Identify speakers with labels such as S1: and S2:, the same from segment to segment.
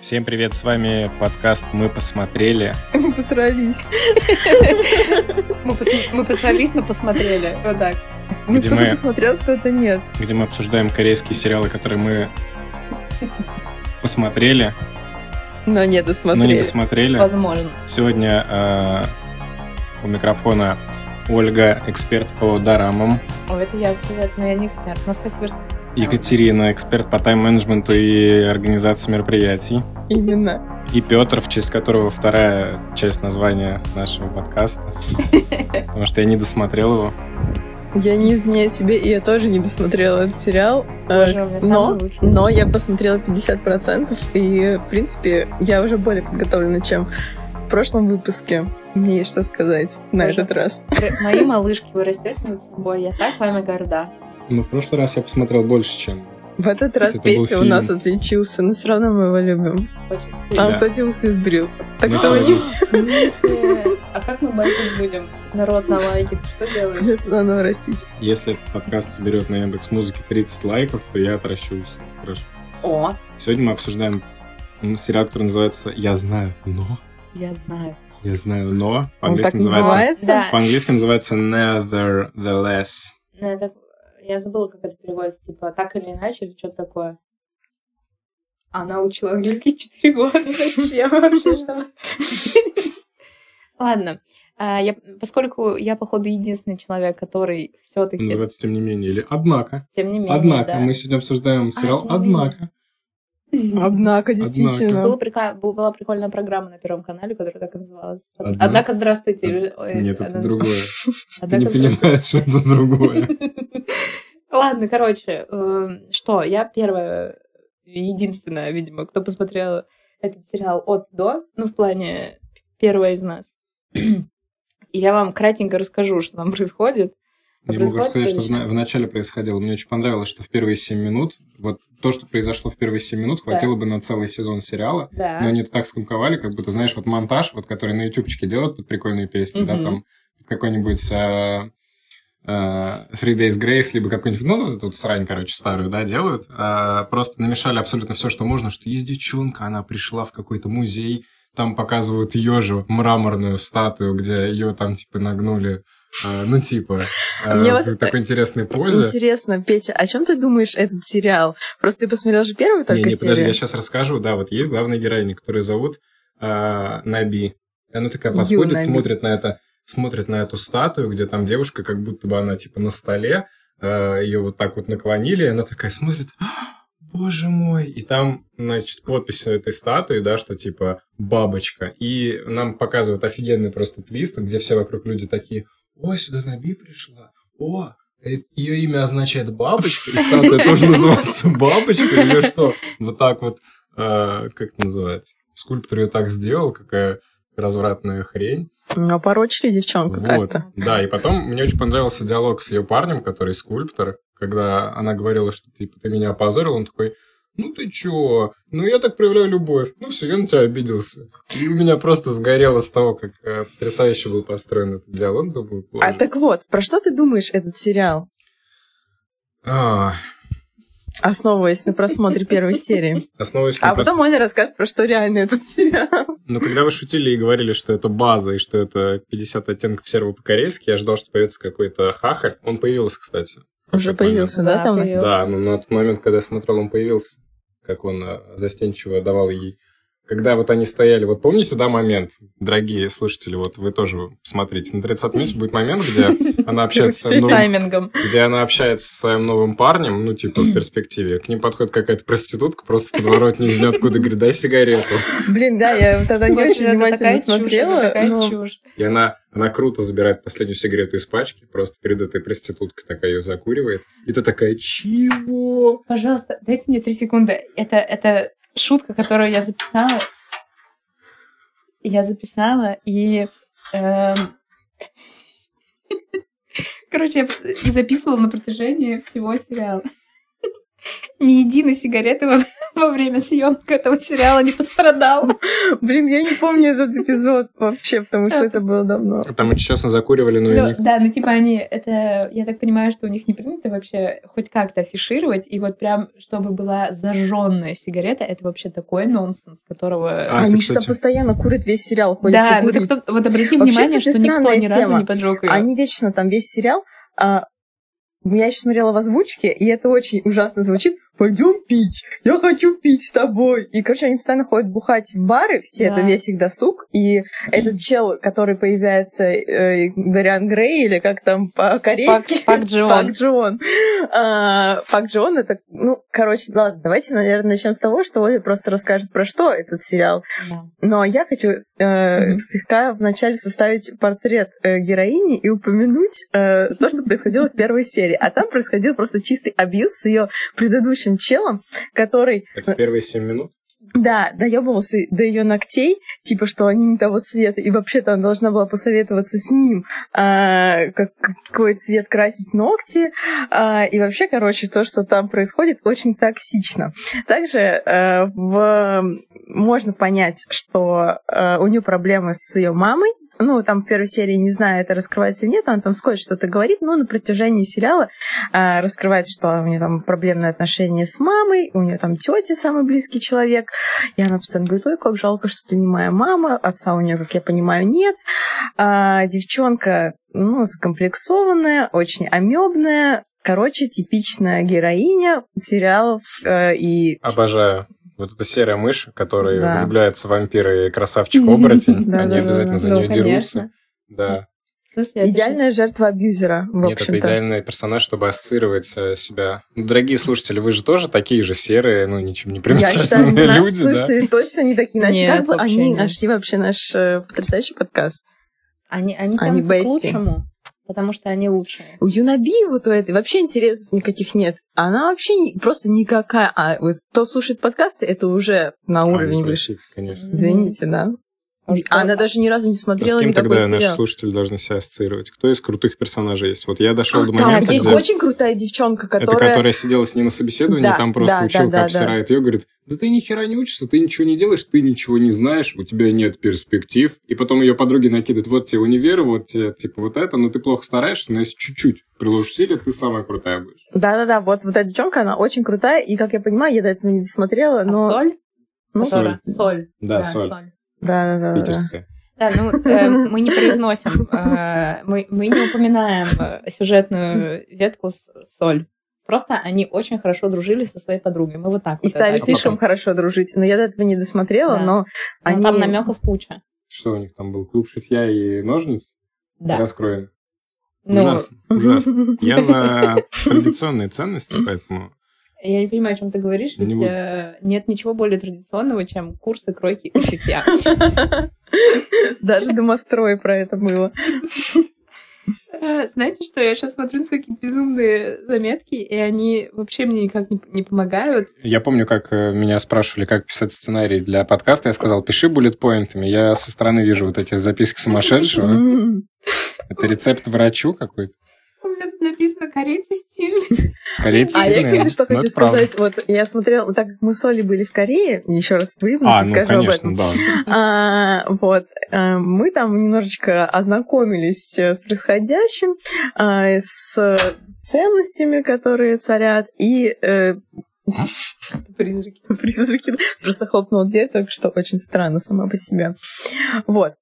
S1: Всем привет, с вами подкаст «Мы посмотрели».
S2: Мы посрались.
S3: Мы, пос- мы посрались, но посмотрели. Вот так.
S2: Ну,
S1: Где
S2: кто-то
S1: мы?
S2: посмотрел, кто-то нет.
S1: где мы обсуждаем корейские сериалы, которые мы посмотрели,
S2: Но
S1: но Ну, не
S2: не досмотрели.
S1: досмотрели.
S3: Возможно.
S1: Сегодня э, у микрофона Ольга, эксперт по дорамам,
S3: О, это я, привет, но я не эксперт. Но спасибо, что ты написала.
S1: Екатерина, эксперт по тайм-менеджменту и организации мероприятий,
S2: Именно.
S1: и Петр, в честь которого вторая часть названия нашего подкаста, потому что я не досмотрел его.
S2: Я не изменяю себе, и я тоже не досмотрела этот сериал. Э,
S3: Боже, у меня самый
S2: Но,
S3: лучший.
S2: но я посмотрела 50%, и, в принципе, я уже более подготовлена, чем в прошлом выпуске. Мне есть что сказать на
S3: Тоже.
S2: этот раз.
S3: Вы- Мои малышки, вы растете над собой. Я так вами горда.
S1: Ну, в прошлый раз я посмотрел больше, чем...
S2: В этот раз
S1: Это был
S2: Петя у
S1: фильм.
S2: нас отличился, но все равно мы его любим.
S3: Очень
S2: А
S3: сильно.
S2: он, кстати, усы сбрил. Так
S1: Мы
S2: что
S1: сегодня-
S2: они
S3: В смысле? А как мы байтить будем? Народ на лайки. Ты что делаешь?
S2: придется заново растить.
S1: Если этот подкаст соберет на Яндекс Музыке 30 лайков, то я отращусь. Хорошо.
S3: О,
S1: Сегодня мы обсуждаем м, сериал, который называется «Я знаю, но».
S3: я знаю.
S1: «Я знаю, но».
S2: Он так
S1: По-английски называется...
S2: называется?
S1: По-английски называется «Nevertheless».
S3: Ну, это- Я забыла, как это переводится. Типа, так или иначе, или что-то такое. Она учила английский 4 года. Зачем вообще? Что? Ладно. А, я- поскольку я, походу, единственный человек, который все-таки,
S1: Называется «Тем не менее» или «Однако».
S3: тем не менее,
S1: «Однако».
S3: да. А,
S1: Мы сегодня обсуждаем сериал
S3: тем не менее.
S1: «Однако».
S2: Однако, действительно.
S3: Была, прика- бу- была прикольная программа на Первом канале, которая так и называлась.
S1: Одна-
S3: Однако, здравствуйте. или- ой,
S1: Нет, это
S3: одна-
S1: другое. Ты
S3: Однако,
S1: не понимаешь, это другое.
S3: Ладно, короче, эм, что, я первая, единственная, видимо, кто посмотрела этот сериал от до, ну, в плане первая из нас. И я вам кратенько расскажу, что там происходит.
S1: Я могу
S3: Производство
S1: рассказать, что в,
S3: или
S1: на- в начале происходило. Мне очень понравилось, что в первые 7 минут, вот то, что произошло в первые 7 минут, хватило бы на целый сезон сериала.
S2: Ну,
S3: Да.
S1: Но они это так скомковали, как будто, знаешь, вот монтаж, вот который на ютубчике делают под прикольные песни, да,
S3: Мгм.
S1: там под какой-нибудь э, э, Three Days Grace, либо какой-нибудь, ну, вот эту вот срань, короче, старую, да, делают. А, просто намешали абсолютно все, что можно, что есть девчонка, она пришла в какой-то музей, там показывают ее же мраморную статую, где ее там, типа, нагнули, э, ну, типа, э,
S2: Мне
S1: в
S2: вот
S1: такой интересной позе.
S2: Интересно, Петя, о чем ты думаешь этот сериал? Просто ты посмотрел же первую
S1: Не,
S2: только
S1: не, подожди, я
S2: серию.
S1: сейчас расскажу. Да, вот есть главная героиня, которую зовут а, Наби. И она такая подходит,
S2: Наби.
S1: смотрит на это, смотрит на эту статую, где там девушка, как будто бы она типа на столе, ее вот так вот наклонили, и она такая смотрит. «А, Боже мой! И там, значит, подпись у этой статуи, да, что типа бабочка. И нам показывают офигенный просто твист, где все вокруг люди такие, о, сюда Наби пришла, о, ее имя означает бабочка, и статуя тоже называется бабочка, ее что, вот так вот, э, как это называется, скульптор ее так сделал, какая развратная хрень.
S2: Ну, Опорочили девчонку
S1: Вот,
S2: так-то.
S1: да, и потом мне очень понравился диалог с ее парнем, который скульптор, когда она говорила, что типа ты меня опозорил, он такой, ну ты чё? Ну я так проявляю любовь. Ну все, я на тебя обиделся. И у меня просто сгорело с того, как э, потрясающе был построен этот диалог. Думаю, боже.
S2: А так вот, про что ты думаешь этот сериал,
S1: А,
S2: основываясь на просмотре первой серии?
S1: основываясь на
S2: А потом Оля расскажет, про что реально этот сериал.
S1: Ну, когда вы шутили и говорили, что это база и что это 50 оттенков серого по-корейски, я ждал, что появится какой-то хахаль. Он появился, кстати. как
S2: Уже
S1: я понял.
S2: появился, да, там?
S3: появился.
S1: Да, но на тот момент, когда я смотрел, он появился, как он э, застенчиво давал ей. Когда вот они стояли, вот помните, да, момент, дорогие слушатели, вот вы тоже смотрите, на 30 минут будет момент, где она общается со
S3: С
S1: мной
S3: таймингом.
S1: где она общается со своим новым парнем, ну, типа, в перспективе. К ним подходит какая-то проститутка, просто в подворотне из ниоткуда говорит, дай сигарету.
S2: Блин, да, я тогда не
S3: Господи,
S2: очень
S3: это
S2: внимательно
S3: такая чушь, это
S2: смотрела.
S3: такая
S2: но-
S3: чушь.
S1: И она, она круто забирает последнюю сигарету из пачки, просто перед этой проституткой такая ее закуривает. И ты такая, чего?
S3: Пожалуйста, дайте мне три секунды. Это, это шутка, которую я записала. Я записала, и... эм, Короче, я п- записывала на протяжении всего сериала. Ни единой сигареты во во время съемок этого сериала не пострадал.
S2: Блин, я не помню этот эпизод вообще, потому
S3: А
S2: что это было давно.
S1: Там очень честно закуривали, но и
S3: Ну,
S1: не...
S3: да, ну типа они, это, я так понимаю, что у них не принято вообще хоть как-то афишировать, и вот прям, чтобы была зажженная сигарета, это вообще такой нонсенс, которого...
S1: А,
S2: Они
S1: это,
S2: что
S1: кстати.
S2: постоянно курят весь сериал, ходят
S3: да, ну так
S2: покурить.
S3: тут вот обрати
S2: Вообще,
S3: внимание,
S2: кстати,
S3: что никто
S2: странная
S3: ни разу
S2: тема.
S3: не поджег ее.
S2: Они вечно там весь сериал. а, Я еще смотрела в озвучке, и это очень ужасно звучит. Пойдем пить, я хочу пить с тобой. И, короче, они постоянно ходят бухать в бары, все,
S3: Да.
S2: это весь их досуг. И этот чел, который появляется, э, Дариан Грей, или как там
S3: Пак,
S2: по-корейски,
S3: Пак Джион.
S2: Пак Джон. Пак Джон это, ну, короче, ладно, давайте, наверное, начнем с того, что Оля просто расскажет, про что этот сериал.
S3: Да.
S2: Но я хочу э,
S3: Мгм.
S2: слегка вначале составить портрет э, героини и упомянуть э, то, что происходило в первой серии. А там происходил просто чистый абьюз с ее предыдущим челом, который,
S1: Это первые 7 минут.
S2: да, доебывался до ее ногтей, типа, что они не того цвета, и вообще-то она должна была посоветоваться с ним, а, как- какой цвет красить ногти, а, и вообще, короче, то, что там происходит, очень токсично. Также э, в- можно понять, что э, у нее проблемы с ее мамой. Ну, там в первой серии, не знаю, это раскрывается или нет, она там вскользь что-то говорит, но на протяжении сериала э, раскрывается, что у нее там проблемные отношения с мамой, у нее там тетя самый близкий человек, и она постоянно говорит, ой, как жалко, что ты не моя мама, отца у нее, как я понимаю, нет. А, девчонка, ну, закомплексованная, очень амебная, короче, типичная героиня сериалов э, и...
S1: Обожаю. Вот эта серая мышь, которая
S2: Да.
S1: влюбляется в вампира и красавчик-оборотень,
S2: Да,
S1: они
S2: да, да,
S1: обязательно
S2: да.
S1: за нее
S3: Ну,
S1: дерутся. Да.
S3: В смысле, это
S2: Идеальная жертва абьюзера, в
S1: Нет, это
S2: общем-то.
S1: идеальный персонаж, чтобы ассоциировать э, себя. Ну, дорогие слушатели, вы же тоже такие же серые, ну, ничем не
S2: Я считаю,
S1: примечательные
S2: наши
S1: люди, да?
S2: слушатели точно не такие. Иначе
S3: Нет,
S2: как бы
S3: вообще
S2: они
S3: нет.
S2: нашли вообще наш э, потрясающий подкаст?
S3: Они, они,
S2: Они
S3: тянутся к
S2: бести.
S3: лучшему, потому что они лучшие.
S2: У Юнаби вот у этой вообще интересов никаких нет. Она вообще не- просто никакая. А вот кто слушает подкасты, это уже на
S1: А,
S2: уровень
S1: не
S2: выше.
S1: просите, конечно.
S2: Извините, да.
S3: Потому что-
S2: А Она даже ни разу не
S1: А с
S2: смотрела
S1: кем
S2: никакой
S1: тогда наши
S2: сериал.
S1: слушатели должны себя ассоциировать? Кто из крутых персонажей есть? Вот я дошел до
S2: А, Там
S1: момента,
S2: есть
S1: где...
S2: очень крутая девчонка,
S1: Это
S2: которая...
S1: которая сидела с ней на собеседовании,
S2: Да,
S1: там просто
S2: да,
S1: училка
S2: да, да,
S1: обсирает ее, говорит, да ты ни хера не учишься, ты ничего не делаешь, ты ничего не знаешь, у тебя нет перспектив. И потом ее подруги накидывают, вот тебе универ, вот тебе, типа, вот это, но ты плохо стараешься, но если чуть-чуть приложишь усилия, ты самая крутая будешь.
S2: Да-да-да, вот, вот эта девчонка, она очень крутая, и, как я понимаю, я до этого не досмотрела,
S3: А
S2: но...
S3: соль?
S2: ну,
S1: Соль.
S3: Которая- соль.
S1: Да, соль.
S2: Да-да-да.
S1: Питерская.
S3: Да, ну э, мы не произносим, э, мы, мы не упоминаем э, сюжетную ветку с соль. Просто они очень хорошо дружили со своей подругой. Мы вот так
S2: И
S3: вот
S2: стали
S3: это
S2: слишком хорошо дружить. Но я до этого не досмотрела,
S3: Да.
S2: но
S3: описываем.
S2: они...
S3: Но Там намеков куча.
S1: Что у них там был? Клуб шитья и ножниц?
S3: Да.
S1: Раскроены.
S3: Ну,
S1: Ужасно, ужасно. Я за традиционные ценности, поэтому...
S3: я не понимаю, о чем ты говоришь,
S1: Не
S3: ведь
S1: буду.
S3: э, нет ничего более традиционного, чем курсы кройки и шитья.
S2: Даже домострой про это было.
S3: Э, Знаете что, я сейчас смотрю на свои какие-то безумные заметки, и они вообще мне никак не, не помогают.
S1: Я помню, как э, меня спрашивали, как писать сценарий для подкаста. Я сказал, пиши буллет-поинтами. Я со стороны вижу вот эти записки сумасшедшего.
S2: М.
S1: Это рецепт врачу какой-то.
S3: У меня тут написано корейцы стиль.
S1: Корейцы
S2: А я,
S1: сильные.
S2: кстати, что
S1: Ну,
S2: хочу
S1: это правда.
S2: сказать. Вот я смотрела, так как мы с Олей были в Корее, еще раз
S1: А,
S2: выпуск,
S1: ну,
S2: скажу об этом.
S1: конечно, да.
S2: А, вот, э, мы там немножечко ознакомились э, с происходящим, э, с ценностями, которые царят, и э,
S3: Призраки.
S2: призраки. Просто хлопнула дверь только что, очень странно сама по себе. Вот.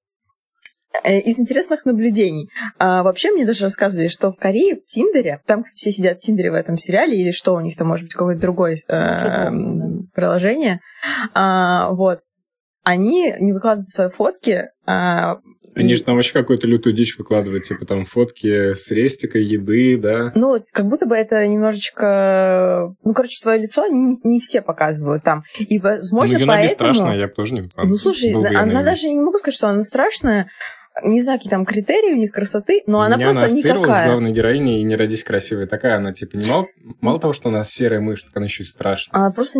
S2: Э, Из интересных наблюдений. А, вообще, мне даже рассказывали, что в Корее, в Тиндере, там, кстати, все сидят в Тиндере в этом сериале, или что у них там, может быть, какое-то другое э,
S3: По-другому,
S2: приложение. А, вот. Они не выкладывают свои фотки. а,
S1: Они
S2: и-
S1: же там вообще какую-то лютую дичь выкладывают, типа там фотки с рестикой, еды, да.
S2: Ну, вот как будто бы это немножечко... Ну, короче, свое лицо они не, не все показывают там. И, возможно,
S1: ну, Юнаби
S2: поэтому...
S1: страшная, я бы тоже не
S2: Ну, слушай,
S1: А был бы я на
S2: она
S1: её
S2: даже
S1: месте.
S2: не могу сказать, что она страшная. Не знаю, какие там критерии у них красоты, но ну, она
S1: Меня
S2: просто
S1: она ассоциировалась с
S2: никакая.
S1: главной героиней и не родись красивой. Такая она, типа, не мало, мало того, что она серая мышь, так она еще и страшная.
S2: Она просто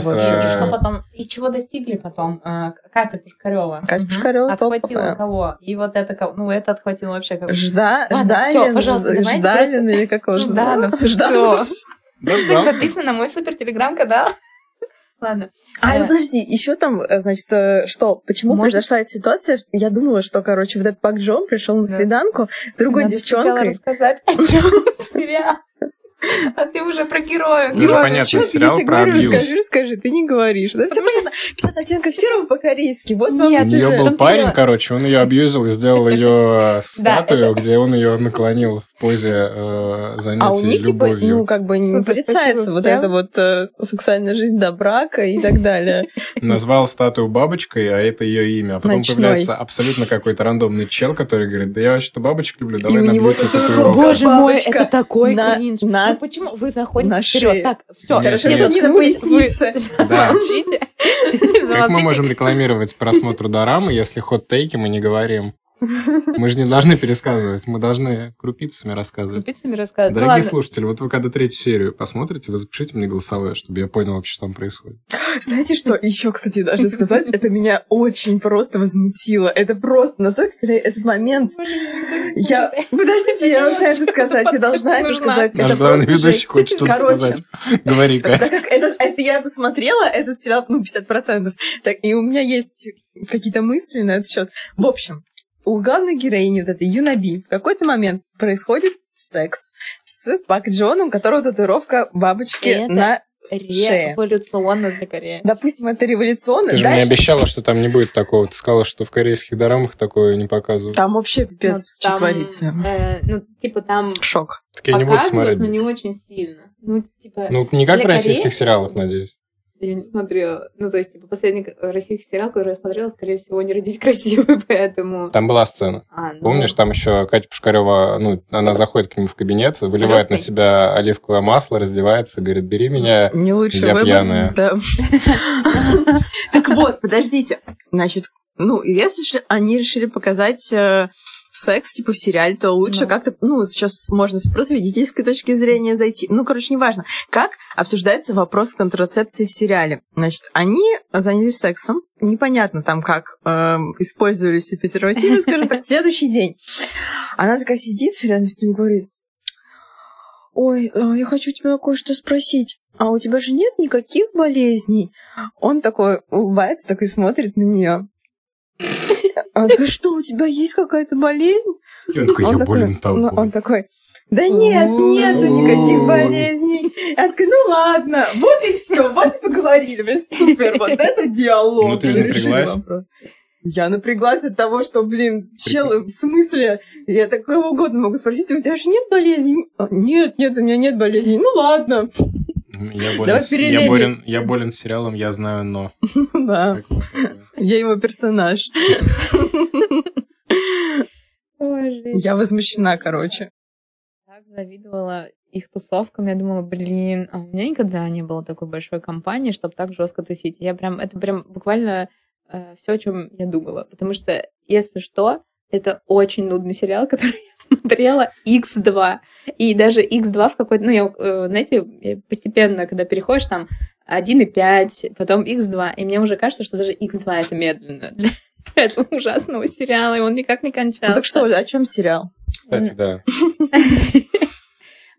S1: сравнению с,
S2: Вот.
S1: э,
S3: И что потом? И чего достигли потом? А, Катя э. Пушкарева.
S2: Катя Пушкарёва
S3: Отхватила
S2: топовая.
S3: кого? И вот это кого? Ну, это отхватило вообще кого?
S2: Жда,
S3: Ладно, всё,
S2: Ждалин,
S3: пожалуйста, давайте ну,
S2: Ждалин или какого
S3: Жданов, ты
S2: Жданов.
S3: что?
S1: Да,
S3: Ты подписан на мой супер телеграм-канал? Ладно.
S2: А,
S3: Э,
S2: ну подожди, еще там, э, значит, э, что, почему
S3: Можно?
S2: произошла эта ситуация? Я думала, что, короче, вот этот Пак Джон пришел на
S3: Да.
S2: свиданку с другой
S3: надо сначала
S2: девчонкой.
S3: рассказать, о чем сериал. А ты уже про героя.
S1: Ну, уже
S2: Ладно,
S1: понятно,
S2: чё,
S1: сериал
S2: я тебе
S1: про
S2: говорю,
S1: абьюз.
S2: расскажи, расскажи, ты не говоришь. Да все понятно. 50 оттенков серого по-корейски. Вот вам
S3: Нет,
S2: и
S1: У нее
S2: сюжет.
S3: в том-то
S1: был парень,
S3: дело.
S1: короче, он ее абьюзил и сделал ее статую, где он ее наклонил в позе э,
S2: А у
S1: занятий
S2: них, типа, ну,
S1: любовью.
S2: как бы не
S3: Супер,
S2: порицается
S3: спасибо
S2: вот
S3: всем.
S2: эта вот э, сексуальная жизнь до брака и так далее.
S1: Назвал статую бабочкой, а это ее имя. А потом
S2: Ночной.
S1: появляется абсолютно какой-то рандомный чел, который говорит, да я вообще-то бабочек люблю, давай
S2: у
S1: набью
S2: него
S1: тебе
S2: татуировка.
S1: татуировку.
S2: Боже,
S3: Боже мой,
S2: бабочка
S3: это такой
S2: на-
S3: кринж.
S2: на
S3: Ну почему вы заходите
S2: на
S3: вперед?
S2: шее.
S3: Так, все.
S1: Нет, Короче, нет. это
S2: не на пояснице.
S1: Да.
S3: Молчите.
S1: Как мы
S3: Замолчите.
S1: можем рекламировать просмотр дорамы, если хот-тейки мы не говорим? Мы же не должны пересказывать, мы должны крупицами рассказывать.
S3: Глупицами рассказывать. Ну,
S1: Дорогие
S3: ладно.
S1: слушатели, вот вы когда третью серию посмотрите, вы запишите мне голосовое, чтобы я понял вообще, что там происходит.
S2: Знаете что? Еще, кстати, даже сказать, это меня очень просто возмутило. Это просто настолько когда этот момент.
S3: Боже, никто не слушает.
S2: Я... Подождите, я должна это
S3: Девочка,
S2: сказать, я должна это
S3: нужна.
S2: сказать.
S1: Наш
S2: Это
S1: главный
S2: просто
S1: ведущий
S2: жесть.
S1: хочет что-то
S2: Короче,
S1: сказать. Говори,
S2: Так
S1: Катя.
S2: как это, это я посмотрела этот сериал, ну, 50%, так, и у меня есть какие-то мысли на этот счет. В общем, у главной героини, вот этой Юнаби, в какой-то момент происходит секс с Пак Джоном, у которого татуировка бабочки
S3: Это
S2: на шее.
S3: Революционно для Кореи.
S2: Допустим, это революционно.
S1: Ты же мне
S2: Дальше
S1: обещала, что там не будет такого. Ты сказала, что в корейских дорамах такое не показывают.
S2: Там вообще пипец,
S3: Ну,
S2: что
S3: там,
S2: творится.
S3: э, Ну, типа там
S2: Шок.
S1: Так я не буду
S3: показывают,
S1: смотреть.
S3: но не очень сильно. Ну, типа,
S1: Ну, не как в
S3: Для
S1: российских
S3: Кореи?
S1: сериалах, надеюсь.
S3: я не смотрела. Ну, то есть, типа, последний к- российский сериал, который я смотрела, скорее всего, «Не родись красивой», поэтому...
S1: Там была сцена.
S3: А, ну,
S1: Помнишь, там еще Катя Пушкарева, ну, она заходит к нему в кабинет, выливает на
S3: Рыбкой.
S1: себя оливковое масло, раздевается, говорит, бери меня.
S2: Не лучший
S1: Я
S2: выбор.
S1: пьяная.
S2: Да. Так вот, подождите. Значит, ну, и если же они решили показать э, секс, типа, в сериале, то лучше
S3: Ну.
S2: как-то, ну, сейчас можно с просветительской точки зрения зайти. Ну, короче, неважно. Как обсуждается вопрос контрацепции в сериале? Значит, они занялись сексом, непонятно там как эм, использовались эти презервативы, скажем так, следующий день. Она такая сидит рядом с ним и говорит, Ой, э, я хочу тебя кое-что спросить. А у тебя же нет никаких болезней? Он такой улыбается, такой смотрит на нее. Она такая, что, у тебя есть какая-то болезнь?
S1: И он такой, я
S2: он, такой,
S1: болен
S2: ну, он
S1: толпой.
S2: такой, да нет, нету никаких болезней. Она такая, ну ладно, вот и все, вот и поговорили. Блин, супер, вот это диалог.
S1: Ну, ты же
S2: Решили
S1: напряглась.
S2: вопрос. Я напряглась от того, что, блин, чел, в смысле, я так кого угодно могу спросить, у тебя же нет болезней? «А, Нет, нет, у меня нет болезней. Ну ладно.
S1: Я болен,
S2: Давай
S1: с- я,
S2: перелепись.
S1: болен, я болен сериалом, я знаю, но.
S2: Да, я его персонаж.
S3: Ой, жесть.
S2: Я возмущена, короче.
S3: так завидовала их тусовкам. Я думала, блин, а у меня никогда не было такой большой компании, чтобы так жестко тусить. Я прям, это прям буквально все, о чем я думала. Потому что, если что, это очень нудный сериал, который я смотрела X2. И даже X2 в какой-то... Ну, я, э, знаете, я постепенно, когда переходишь, там 1,5, потом X2. И мне уже кажется, что даже X2 это медленно для этого ужасного сериала, и он никак не
S2: Ну,
S3: кончался.
S2: так что, о чем сериал?
S1: Кстати, да.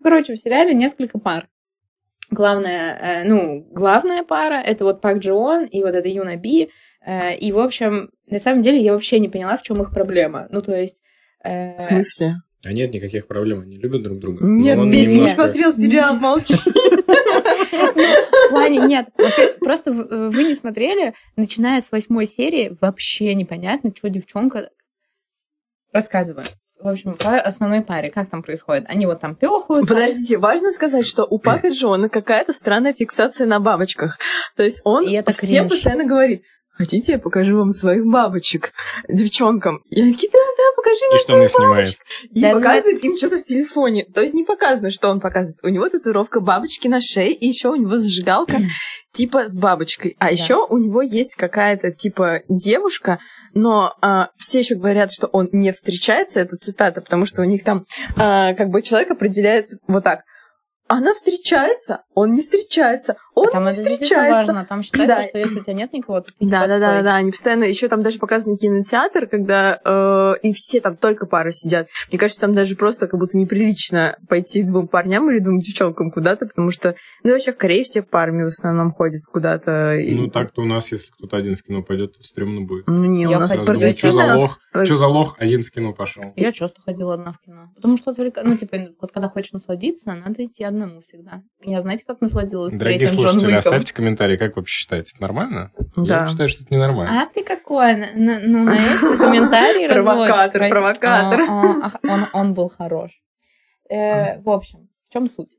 S3: Короче, в сериале несколько пар. Главная, э, ну, главная пара это вот Пак Джион и вот эта Юна Би. Э, и, в общем, на самом деле я вообще не поняла, в чем их проблема. Ну, то есть... э,
S2: В смысле?
S1: А нет никаких проблем, они любят друг друга.
S2: Нет,
S1: Но он
S2: Бей, ты не
S1: немножко-
S2: смотрел сериал, молчи.
S3: ну, В плане нет. Вот Просто в- э, вы не смотрели, начиная с восьмой серии, вообще непонятно, что девчонка... Рассказываю. В общем, по основной паре, как там происходит? Они вот там пехают.
S2: Подождите, важно сказать, что у Пака Джона какая-то странная фиксация на бабочках. То есть он
S3: И это
S2: всем
S3: кринж.
S2: постоянно говорит, хотите, я покажу вам своих бабочек девчонкам? И они такие, да, да, покажи
S1: И
S2: нам
S1: что она снимает?
S2: И
S3: Да, ну
S2: показывает им что-то в телефоне. То есть не показано, что он показывает. У него татуировка бабочки на шее, и еще у него зажигалка типа с бабочкой. А
S3: Да.
S2: еще у него есть какая-то типа девушка, но а, все еще говорят, что он не встречается, это цитата, потому что у них там а, как бы человек определяется вот так. Она встречается, он не встречается, он
S3: там
S2: не
S3: это действительно
S2: встречается.
S3: важно. а Там считается,
S2: Да.
S3: что если у тебя нет никого, то ты типа не
S2: Да, да, да,
S3: подходишь.
S2: да, да, они постоянно, еще там даже показан кинотеатр, когда э, и все там только пары сидят. Мне кажется, там даже просто как будто неприлично пойти двум парням или двум девчонкам куда-то, потому что, ну, и вообще в Корее все парами в основном ходят куда-то. и-
S1: Ну, так-то у нас, если кто-то один в кино пойдет, то стремно будет.
S2: Ну, не, у
S3: Я
S2: нас
S3: ходила.
S1: Сразу думаю, что за
S2: прогрессивно.
S1: лох? Что за лох? Один в кино пошел.
S3: Я часто ходила одна в кино. Потому что отвлека... Ну, типа, вот когда хочешь насладиться, надо идти одному всегда. Я знаете, как насладилась
S1: Дорогие
S3: третьим Джон
S1: слушатели,
S3: Уиком?
S1: оставьте комментарий, как вы вообще считаете, это нормально?
S2: Да.
S1: Я считаю, что это ненормально.
S3: А ты какой? На- на- Ну, на эти комментарии разводит.
S2: Провокатор,
S3: Прости.
S2: провокатор.
S3: А, а, а, Он, он был хорош. Э, В общем, в чем суть?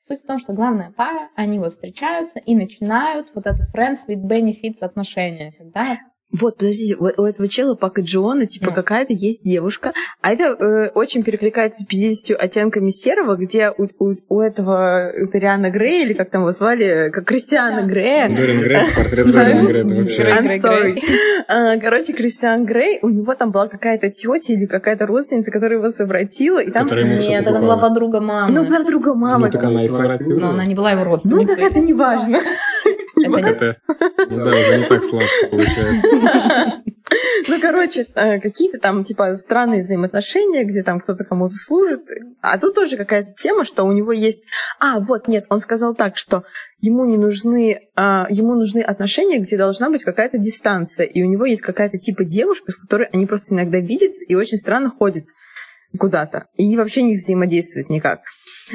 S3: Суть в том, что главная пара, они вот встречаются и начинают вот это friends with benefits отношения, когда
S2: Вот, подождите, у, у этого чела Пака Джиона, типа,
S3: Ну.
S2: какая-то есть девушка, а это э, очень перекликается с 50 оттенками серого, где у, у- у этого Ториана Грея, или как там его звали, как Кристиана
S3: Да.
S2: Грея,
S1: А, Дорин Грей, портрет
S2: Да.
S1: Дорина Грея, это вообще...
S2: I'm
S3: Грей, Грей,
S2: sorry.
S3: Грей.
S2: А, Короче, Кристиан Грей, у него там была какая-то тетя или какая-то родственница, которая его совратила, и там...
S1: Которая ему всё
S3: Нет, это была
S1: покупала.
S3: подруга
S2: Ну,
S3: мамы.
S2: подруга
S1: Ну,
S2: мамы.
S1: так она и
S3: Но она
S1: совратила.
S3: не была его
S2: Ну, как
S3: родственницей.
S2: это не важно.
S3: Это не-
S1: Это... Ну да, уже не так сладко получается.
S2: Ну, короче, э, какие-то там, типа, странные взаимоотношения, где там кто-то кому-то служит. А тут тоже какая-то тема, что у него есть... А, вот, нет, он сказал так, что ему не нужны... а, Ему нужны отношения, где должна быть какая-то дистанция. И у него есть какая-то типа девушка, с которой они просто иногда видятся и очень странно ходят куда-то. И вообще не взаимодействуют никак.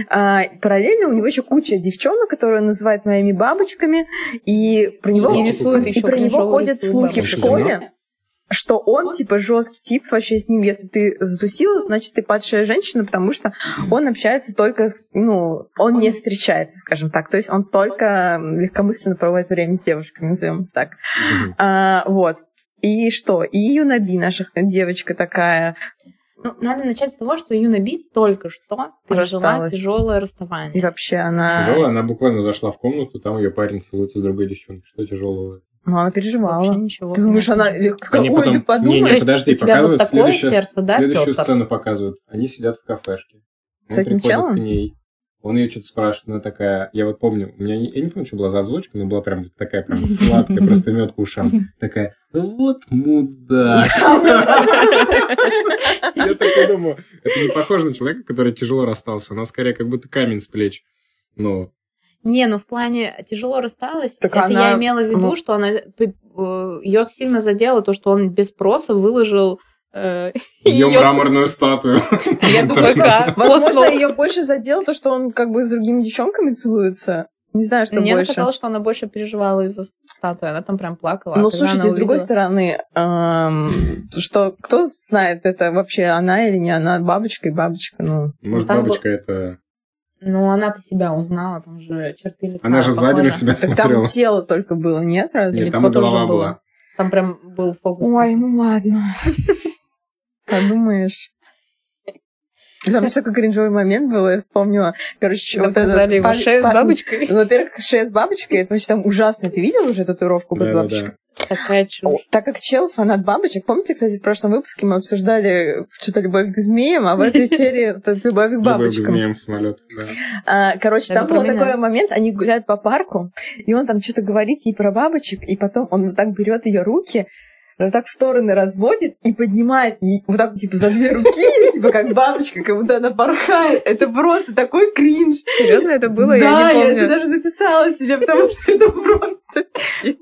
S2: А, параллельно у него еще куча девчонок, которые он называет моими бабочками, и про него,
S1: И рисует
S2: и
S3: еще
S2: про него
S3: кринжово
S2: ходят
S3: рисует
S2: слухи в
S1: бабочек.
S2: школе, что он типа жесткий тип вообще с ним, если ты затусила, значит ты падшая женщина, потому что он общается только, с, ну, он не встречается, скажем так, то есть он только легкомысленно проводит время с девушками, назовем так.
S1: Мгм.
S2: А, вот. И что? И Юнаби, наша девочка такая,
S3: Ну, надо начать с того, что Юна Би только что пережила
S2: Рассталась.
S3: тяжелое
S2: и
S3: расставание.
S2: вообще она...
S1: Тяжелая, она буквально зашла в комнату, там ее парень целуется с другой девчонкой. Что тяжелого?
S2: Ну, она
S3: Вообще
S2: переживала.
S3: ничего.
S2: Ты думаешь, она
S3: конечно.
S2: легко...
S1: Они
S2: Ой,
S1: потом-
S2: ты подумай.
S1: Не,
S3: То
S1: не,
S3: есть у
S1: подожди,
S3: тебя вот
S1: показывают
S3: такое
S1: следующую,
S3: сердце, да,
S1: следующую
S3: Пётр?
S1: сцену показывают. Они сидят в кафешке.
S2: С
S1: Он
S2: этим
S1: приходит
S2: челом?
S1: к ней. Он ее что-то спрашивает, она такая, я вот помню, у меня, не- я не помню, что была за озвучка, но была прям такая прям сладкая, просто мед по ушам. Такая, вот мудак. Я так и думаю, это не похоже на человека, который тяжело расстался. Она скорее как будто камень с плеч. Ну,
S3: Не, ну в плане тяжело рассталась.
S2: Так
S3: это
S2: она-
S3: я имела в виду,
S2: ну.
S3: что она ее сильно задело то, что он без спроса выложил э,
S1: ее
S3: её с-
S1: мраморную статую.
S2: Я думаю,
S1: Точно.
S3: да.
S2: Возможно,
S3: Поздно.
S2: ее больше задело то, что он как бы с другими девчонками целуется. Не знаю, что
S3: Мне она
S2: больше.
S3: казалось, что она больше переживала из-за статуи. Она там прям плакала. А
S2: Ну,
S3: когда
S2: слушайте,
S3: она
S2: с другой
S3: увидела-
S2: стороны, эм, что кто знает, это вообще она или не она, бабочка и бабочка, ну.
S1: Может,
S3: Там был-
S1: бабочка это...
S3: Ну, она-то себя узнала, там же черты лица.
S1: Она же сзади
S3: похожи.
S1: на себя
S2: Так там
S1: смотрела.
S2: тело только было, нет, разве?
S1: Нет,
S3: лицо
S1: там и
S3: тоже
S1: голова
S3: было.
S1: была.
S3: Там прям был фокус.
S2: Ой, ну ладно. Подумаешь. Там еще такой кринжовый момент был, я вспомнила. Короче,
S3: Когда
S2: вот этот
S3: показали его
S2: пар-
S3: шею с
S2: пар-
S3: бабочкой.
S2: Ну, во-первых, шея с бабочкой, это значит там ужасно. Ты видел уже татуировку под бабочкой?
S1: Да-да-да.
S3: Такая
S2: О,
S3: чушь.
S2: Так как чел фанат бабочек, помните, кстати, в прошлом выпуске мы обсуждали что-то любовь к змеям, а в этой серии это любовь
S1: Любовь
S2: к
S1: к
S2: бабочкам.
S1: змеям в самолет. да.
S2: А, Короче,
S3: Это
S2: там
S3: про
S2: был
S3: меня.
S2: такой момент, они гуляют по парку, и он там что-то говорит ей про бабочек, и потом он вот так берет ее руки, вот так в стороны разводит и поднимает ей вот так типа за две руки, типа как бабочка, как будто она порхает. Это просто такой кринж.
S3: Серьезно, это было?
S2: да,
S3: я не
S2: это
S3: помню.
S2: даже записала себе, потому что это просто...
S3: Да,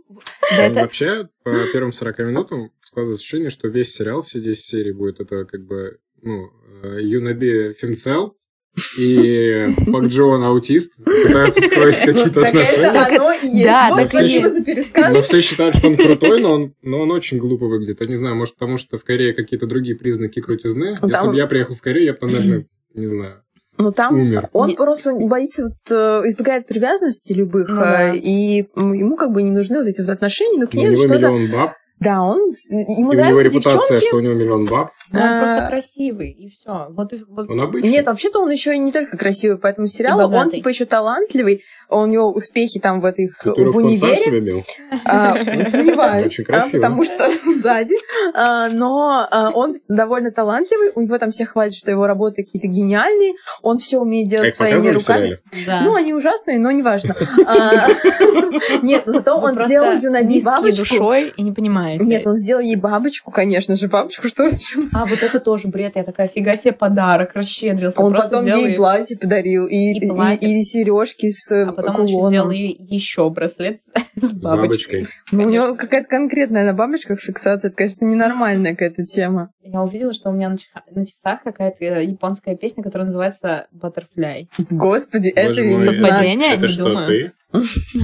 S1: Ну,
S3: это-
S1: Вообще, по первым 40 минутам складывается ощущение, что весь сериал, все 10 серий будет это как бы, ну, э, Юнаби Фимцел и Пак Джон Аутист пытаются строить какие-то
S2: Так
S1: отношения.
S2: это оно и есть.
S3: Да,
S2: Вот
S1: так и
S2: спасибо
S3: есть.
S2: за пересказ.
S1: Но все считают, что он крутой, но он, но он очень глупо выглядит. Я не знаю, может, потому что в Корее какие-то другие признаки крутизны.
S2: Ну,
S1: Если
S2: там-
S1: бы я приехал в Корею, я бы там, наверное, не знаю,
S2: Ну там
S1: умер.
S2: он
S3: Не-
S2: просто боится, вот, э, избегает привязанности любых,
S3: Ну да.
S2: э, и м, ему как бы не нужны вот эти вот отношения, но к
S1: У
S2: ней
S1: него
S2: что-то...
S1: миллион баб,
S2: Да, он... с- Ему
S1: И у него
S2: нравятся
S1: репутация,
S2: девчонки.
S1: что у него миллион баб.
S3: Ну, он просто
S2: А.
S3: красивый, и все. Вот, и- вот-
S1: Он обычный.
S2: Нет, вообще-то он еще и не только красивый по этому сериалу, он
S3: богатый.
S2: типа еще талантливый, у него успехи там в этих э, в
S1: Татуировку он сам
S2: универе.
S1: себе бил.
S2: А, Сомневаюсь,
S1: Очень
S2: а,
S1: красиво.
S2: потому что сзади. А, Но а, он довольно талантливый, у него там все хвалят, что его работы какие-то гениальные, он все умеет
S1: А
S2: делать
S1: их
S2: своими
S1: показывали в
S2: руками.
S1: сериале?
S3: да.
S2: Ну, они ужасные, но неважно. А, Нет, но зато
S3: Вы
S2: он
S3: Ну, просто
S2: сделал Юнаби
S3: низкие
S2: бабочку.
S3: душой и не понимаете.
S2: Нет, он сделал ей бабочку, конечно же, бабочку, что вы чё?
S3: А вот это тоже бред. Я такая, фига себе, подарок, расщедрился.
S2: Он
S3: просто
S2: потом
S3: сделал
S2: ей
S3: ей-
S2: платье подарил, и,
S3: И платье.
S2: сережки с э,
S3: А потом он еще
S2: кулоном.
S3: сделал ей еще браслет с
S1: С
S3: бабочкой.
S1: бабочкой.
S2: Ну, у него какая-то конкретная на бабочках фиксация, это, конечно, ненормальная какая-то тема.
S3: Я увидела, что у меня на, чеха- на часах какая-то японская песня, которая называется Butterfly.
S2: Господи, это
S1: Боже мой,
S2: я не знаю.
S3: Совпадение?
S1: Это
S3: не
S1: что,
S3: думаю.
S1: ты?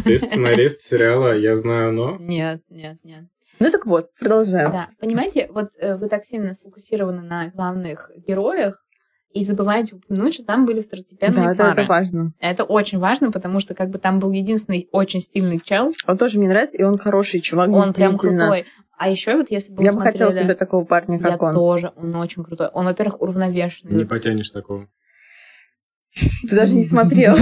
S1: Ты сценарист сериала «Я знаю, но...»
S3: Нет, нет, нет.
S2: Ну так вот, продолжаем.
S3: Да, понимаете, вот э, вы так сильно сфокусированы на главных героях и забываете упомянуть, что там были
S2: Да,
S3: второстепенные
S2: да,
S3: пары.
S2: это важно.
S3: Это очень важно, потому что как бы там был единственный очень стильный чел,
S2: Он тоже мне нравится, и он хороший чувак,
S3: он прям
S2: действительно.
S3: крутой. А еще вот если бы вы
S2: Я бы хотела
S3: смотрели-
S2: себе такого парня,
S3: я
S2: как он.
S3: тоже, он очень крутой. Он, во-первых, уравновешенный.
S1: Не потянешь такого.
S2: Ты даже не смотрел.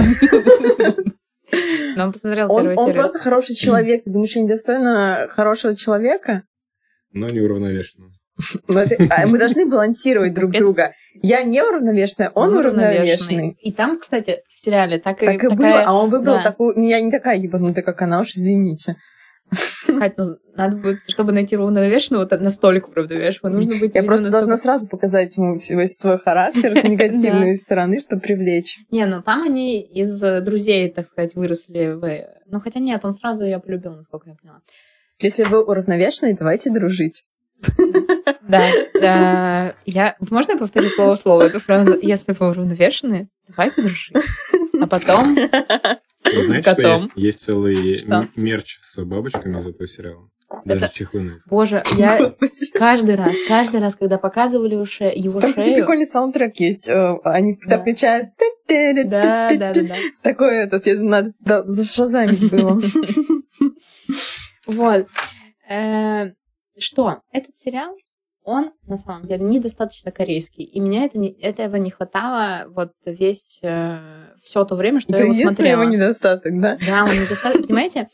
S3: Но он посмотрел
S2: Он
S3: первую
S2: он
S3: серию.
S2: просто хороший человек. Ты думаешь, я недостойна хорошего человека?
S1: Но не уравновешенного.
S2: Ну, это- а Мы должны балансировать друг
S3: Капец.
S2: друга. Я неуравновешенная, он уравновешенный.
S3: И там, кстати, в сериале так и,
S2: Так и было,
S3: такая...
S2: а он выбрал
S3: да.
S2: такую... Я не такая ебанутая, как она, уж извините.
S3: Кать, ну, надо будет, чтобы найти уравновешенного, вот настолько уравновешенного, нужно быть...
S2: Я
S3: видно,
S2: просто должна
S3: настолько-
S2: сразу показать ему всё- весь свой характер с негативной стороны, чтобы привлечь.
S3: Не, ну там они из э, друзей, так сказать, выросли в... Ну хотя нет, он сразу ее полюбил, насколько я поняла.
S2: Если вы уравновешенные, давайте дружить.
S3: Да. да. Я... Можно я повторю слово в слово эту фразу? Если вы уравновешены, давайте дружить. А потом...
S1: Вы
S3: С
S1: знаете, что
S3: котом.
S1: есть, есть целый
S3: Что?
S1: м- мерч с бабочками из этого сериала? Даже чехлы на их.
S3: Боже, я
S2: Господи.
S3: каждый раз, каждый раз, когда показывали его ше- его
S2: Там, кстати,
S3: шею...
S2: прикольный саундтрек есть. Э, Они всегда
S3: Да.
S2: включают... «Ты-ты-ры-ты-ты-ты».
S3: Да, да, да, да.
S2: Такой этот, я думаю, надо да, зашазамить было.
S3: Вот. Э, Что? Этот сериал, он на самом деле недостаточно корейский. И меня это не- этого не хватало вот весь все то время, что
S2: Это
S3: я его
S2: единственный его
S3: смотрела.
S2: недостаток, да?
S3: Да, он недостаточно. Понимаете,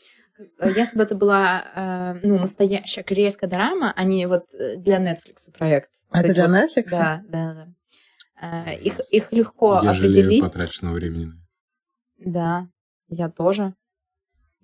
S3: э, если бы это была э, ну, настоящая корейская драма, а не вот э, для Netflix проект.
S2: А это
S3: Эти
S2: для
S3: вот-
S2: Netflix?
S3: Да, да, да. Э, Их, их легко
S1: Я жалею
S3: определить.
S1: потраченного времени.
S3: Да, я тоже.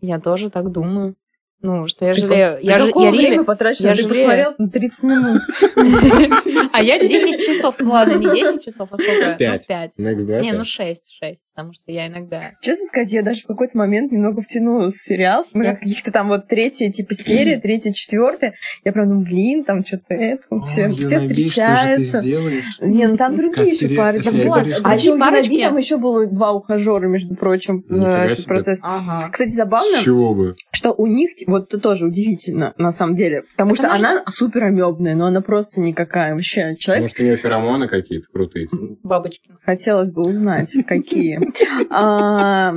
S3: Я тоже так думаю. Ну, что я
S2: Ты
S3: жалею.
S2: Я
S3: Я, ж-
S2: какого
S3: я реально-
S2: время потрачено?
S3: я
S2: Ты
S3: жалею.
S2: посмотрел на 30 минут.
S3: А я 10 часов. Ну ладно, не 10 часов, а сколько?
S1: Пять.
S3: Ну, 5.
S1: Next 2
S3: Не, ну 6, 6, потому что я иногда...
S2: Честно сказать, я даже в какой-то момент немного втянулась в сериал. Ну,
S3: Я-
S2: каких-то там вот третья, типа, серия, третья, четвертая. Я прям, ну, блин, там что-то это, все, все встречаются.
S1: сделаешь?
S2: Не, ну там другие
S1: Как ты
S2: еще пары.
S1: ре-
S2: там
S1: я
S2: было.
S1: это решила.
S2: А еще у
S3: Парочки.
S2: Юнаби там еще было два ухажера, между прочим, за
S1: Нифига
S2: этот
S1: себе.
S2: процесс.
S3: Ага.
S2: Кстати, забавно,
S1: С чего бы?
S2: что у них, ти- вот это тоже удивительно, на самом деле, потому
S3: Это
S2: что
S3: наш-
S2: она супер амебная, но она просто никакая вообще. Человек
S1: Может, у нее феромоны какие-то крутые?
S3: Бабочки.
S2: Хотелось бы узнать, какие. А,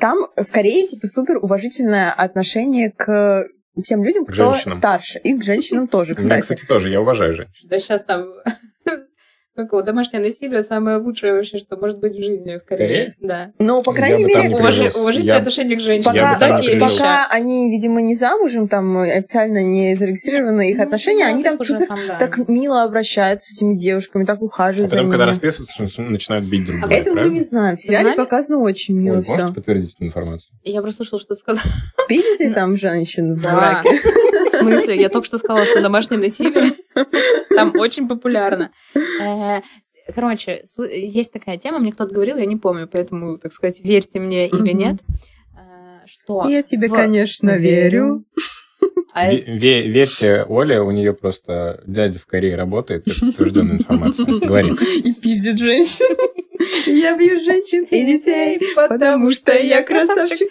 S2: Там в Корее типа супер уважительное отношение к тем людям,
S1: К
S2: кто
S1: женщинам.
S2: старше. И к женщинам
S1: У
S2: тоже,
S1: меня,
S2: кстати.
S1: кстати, тоже, Ну, я уважаю женщин.
S3: Да сейчас там... Как его, домашнее насилие самое лучшее вообще, что может быть в жизни в
S1: Корее.
S3: Корее. Да.
S2: Но, по
S1: Я
S2: крайней
S1: бы там
S2: мере,
S1: не Уважи- прижился. уважительное Я-
S3: отношение к женщине.
S2: Пока-
S1: бы там не прижился.
S2: пока они, видимо, не замужем, там э, официально не зарегистрированы их отношения,
S3: Ну,
S2: они там супер так мило обращаются с этими девушками, так
S1: А
S2: ухаживают за
S1: потом, когда
S2: ними.
S1: расписываются, что начинают бить друг
S3: А
S1: друга,
S2: Этого мы не
S1: правильно?
S2: знаем. В сериале
S3: Знали?
S2: показано очень
S1: Оль,
S2: мило все.
S1: можете подтвердить эту информацию?
S3: Я просто слышала, что ты сказала.
S2: Пиздит ли там женщин в
S3: Да.
S2: браке?
S3: В смысле? Я только что сказала, что домашнее насилие там очень популярно. Э, Короче, сл- есть такая тема, мне кто-то говорил, я не помню, поэтому, так сказать, верьте мне или
S2: Мгм.
S3: нет, э, что...
S2: Я тебе,
S3: Вот.
S2: конечно, верю.
S3: А
S1: Ве- ве- Верьте, Оля, у нее просто дядя в Корее работает, это подтвержденная информация. Говори.
S2: и пиздит женщин. Я бью женщин и детей, потому что я красавчик.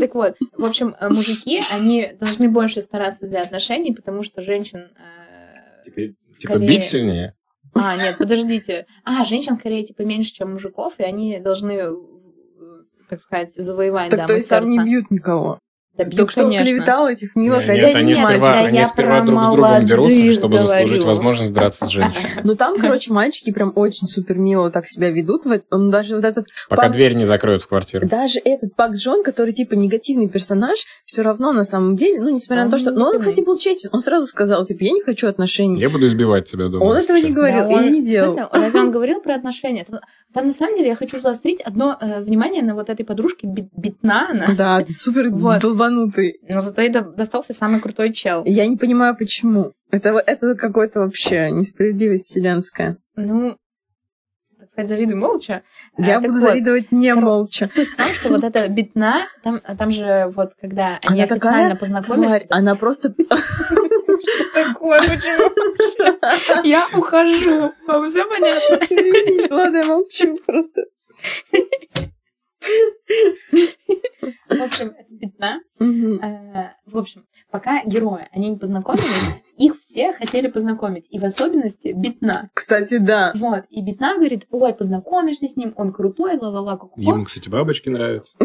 S3: Так вот, в общем, э, мужики, они должны больше стараться для отношений, потому что женщин... э,
S1: Типа
S3: Корее.
S1: бить сильнее?
S3: А, нет, подождите. А, женщин в Корее, типа, меньше, чем мужиков, и они должны, э, так сказать, завоевать
S2: Так
S3: дамы
S2: то есть там не
S3: сердца.
S2: бьют никого.
S4: Да
S2: Ты
S4: бью,
S2: только что
S4: конечно.
S2: клеветал этих милых
S1: Нет,
S2: горячих
S1: они
S4: нет,
S1: сперва,
S4: да
S2: мальчиков.
S1: они
S4: я
S1: сперва
S4: про
S1: друг с другом
S4: молодых
S1: дерутся, чтобы заслужить
S4: говорю.
S1: возможность драться с женщиной.
S2: Ну там, короче, мальчики прям очень супер мило так себя ведут. Вот Он даже вот этот
S1: Пока
S2: Пап-
S1: дверь не закроют в квартиру.
S2: Даже этот Пак Джон, который типа негативный персонаж, все равно на самом деле, ну, несмотря
S3: Он
S2: на то, что.
S3: не
S2: Но он,
S3: негативный.
S2: кстати, был честен. Он сразу сказал: типа, я не хочу отношений.
S1: Я буду избивать тебя дома.
S2: он
S1: если
S2: этого
S1: чё.
S2: не говорил
S3: Да,
S2: и
S3: он-
S2: не делал.
S3: Слушай, разве он говорил про отношения? Там, там, на самом деле я хочу заострить одно э, внимание на вот этой подружке Бит- Битна она.
S2: Да, супер
S3: Вот.
S2: долбанутый.
S3: Но зато ей до- достался самый крутой чел.
S2: Я не понимаю, почему. Это, во- это какое-то вообще несправедливость вселенская.
S3: Ну, так сказать, завидую молча.
S2: Я
S3: А, так
S2: буду
S3: вот,
S2: завидовать не
S3: Кор-
S2: молча.
S3: Суть в том, что вот эта битна, там, там же вот когда они
S2: Она такая
S3: официально познакомились...
S2: Тварь, она просто...
S4: Такое, почему? Я ухожу. Вам все понятно?
S2: Извини, ладно, я молчу просто.
S3: В общем, эта битна...
S2: Мгм.
S3: э, в общем, пока герои, они не познакомились, их все хотели познакомить. И в особенности битна.
S2: Кстати, да.
S3: Вот. И битна говорит, ой, познакомишься с ним, он крутой, ла-ла-ла, ку
S1: Ему, кстати, бабочки нравятся.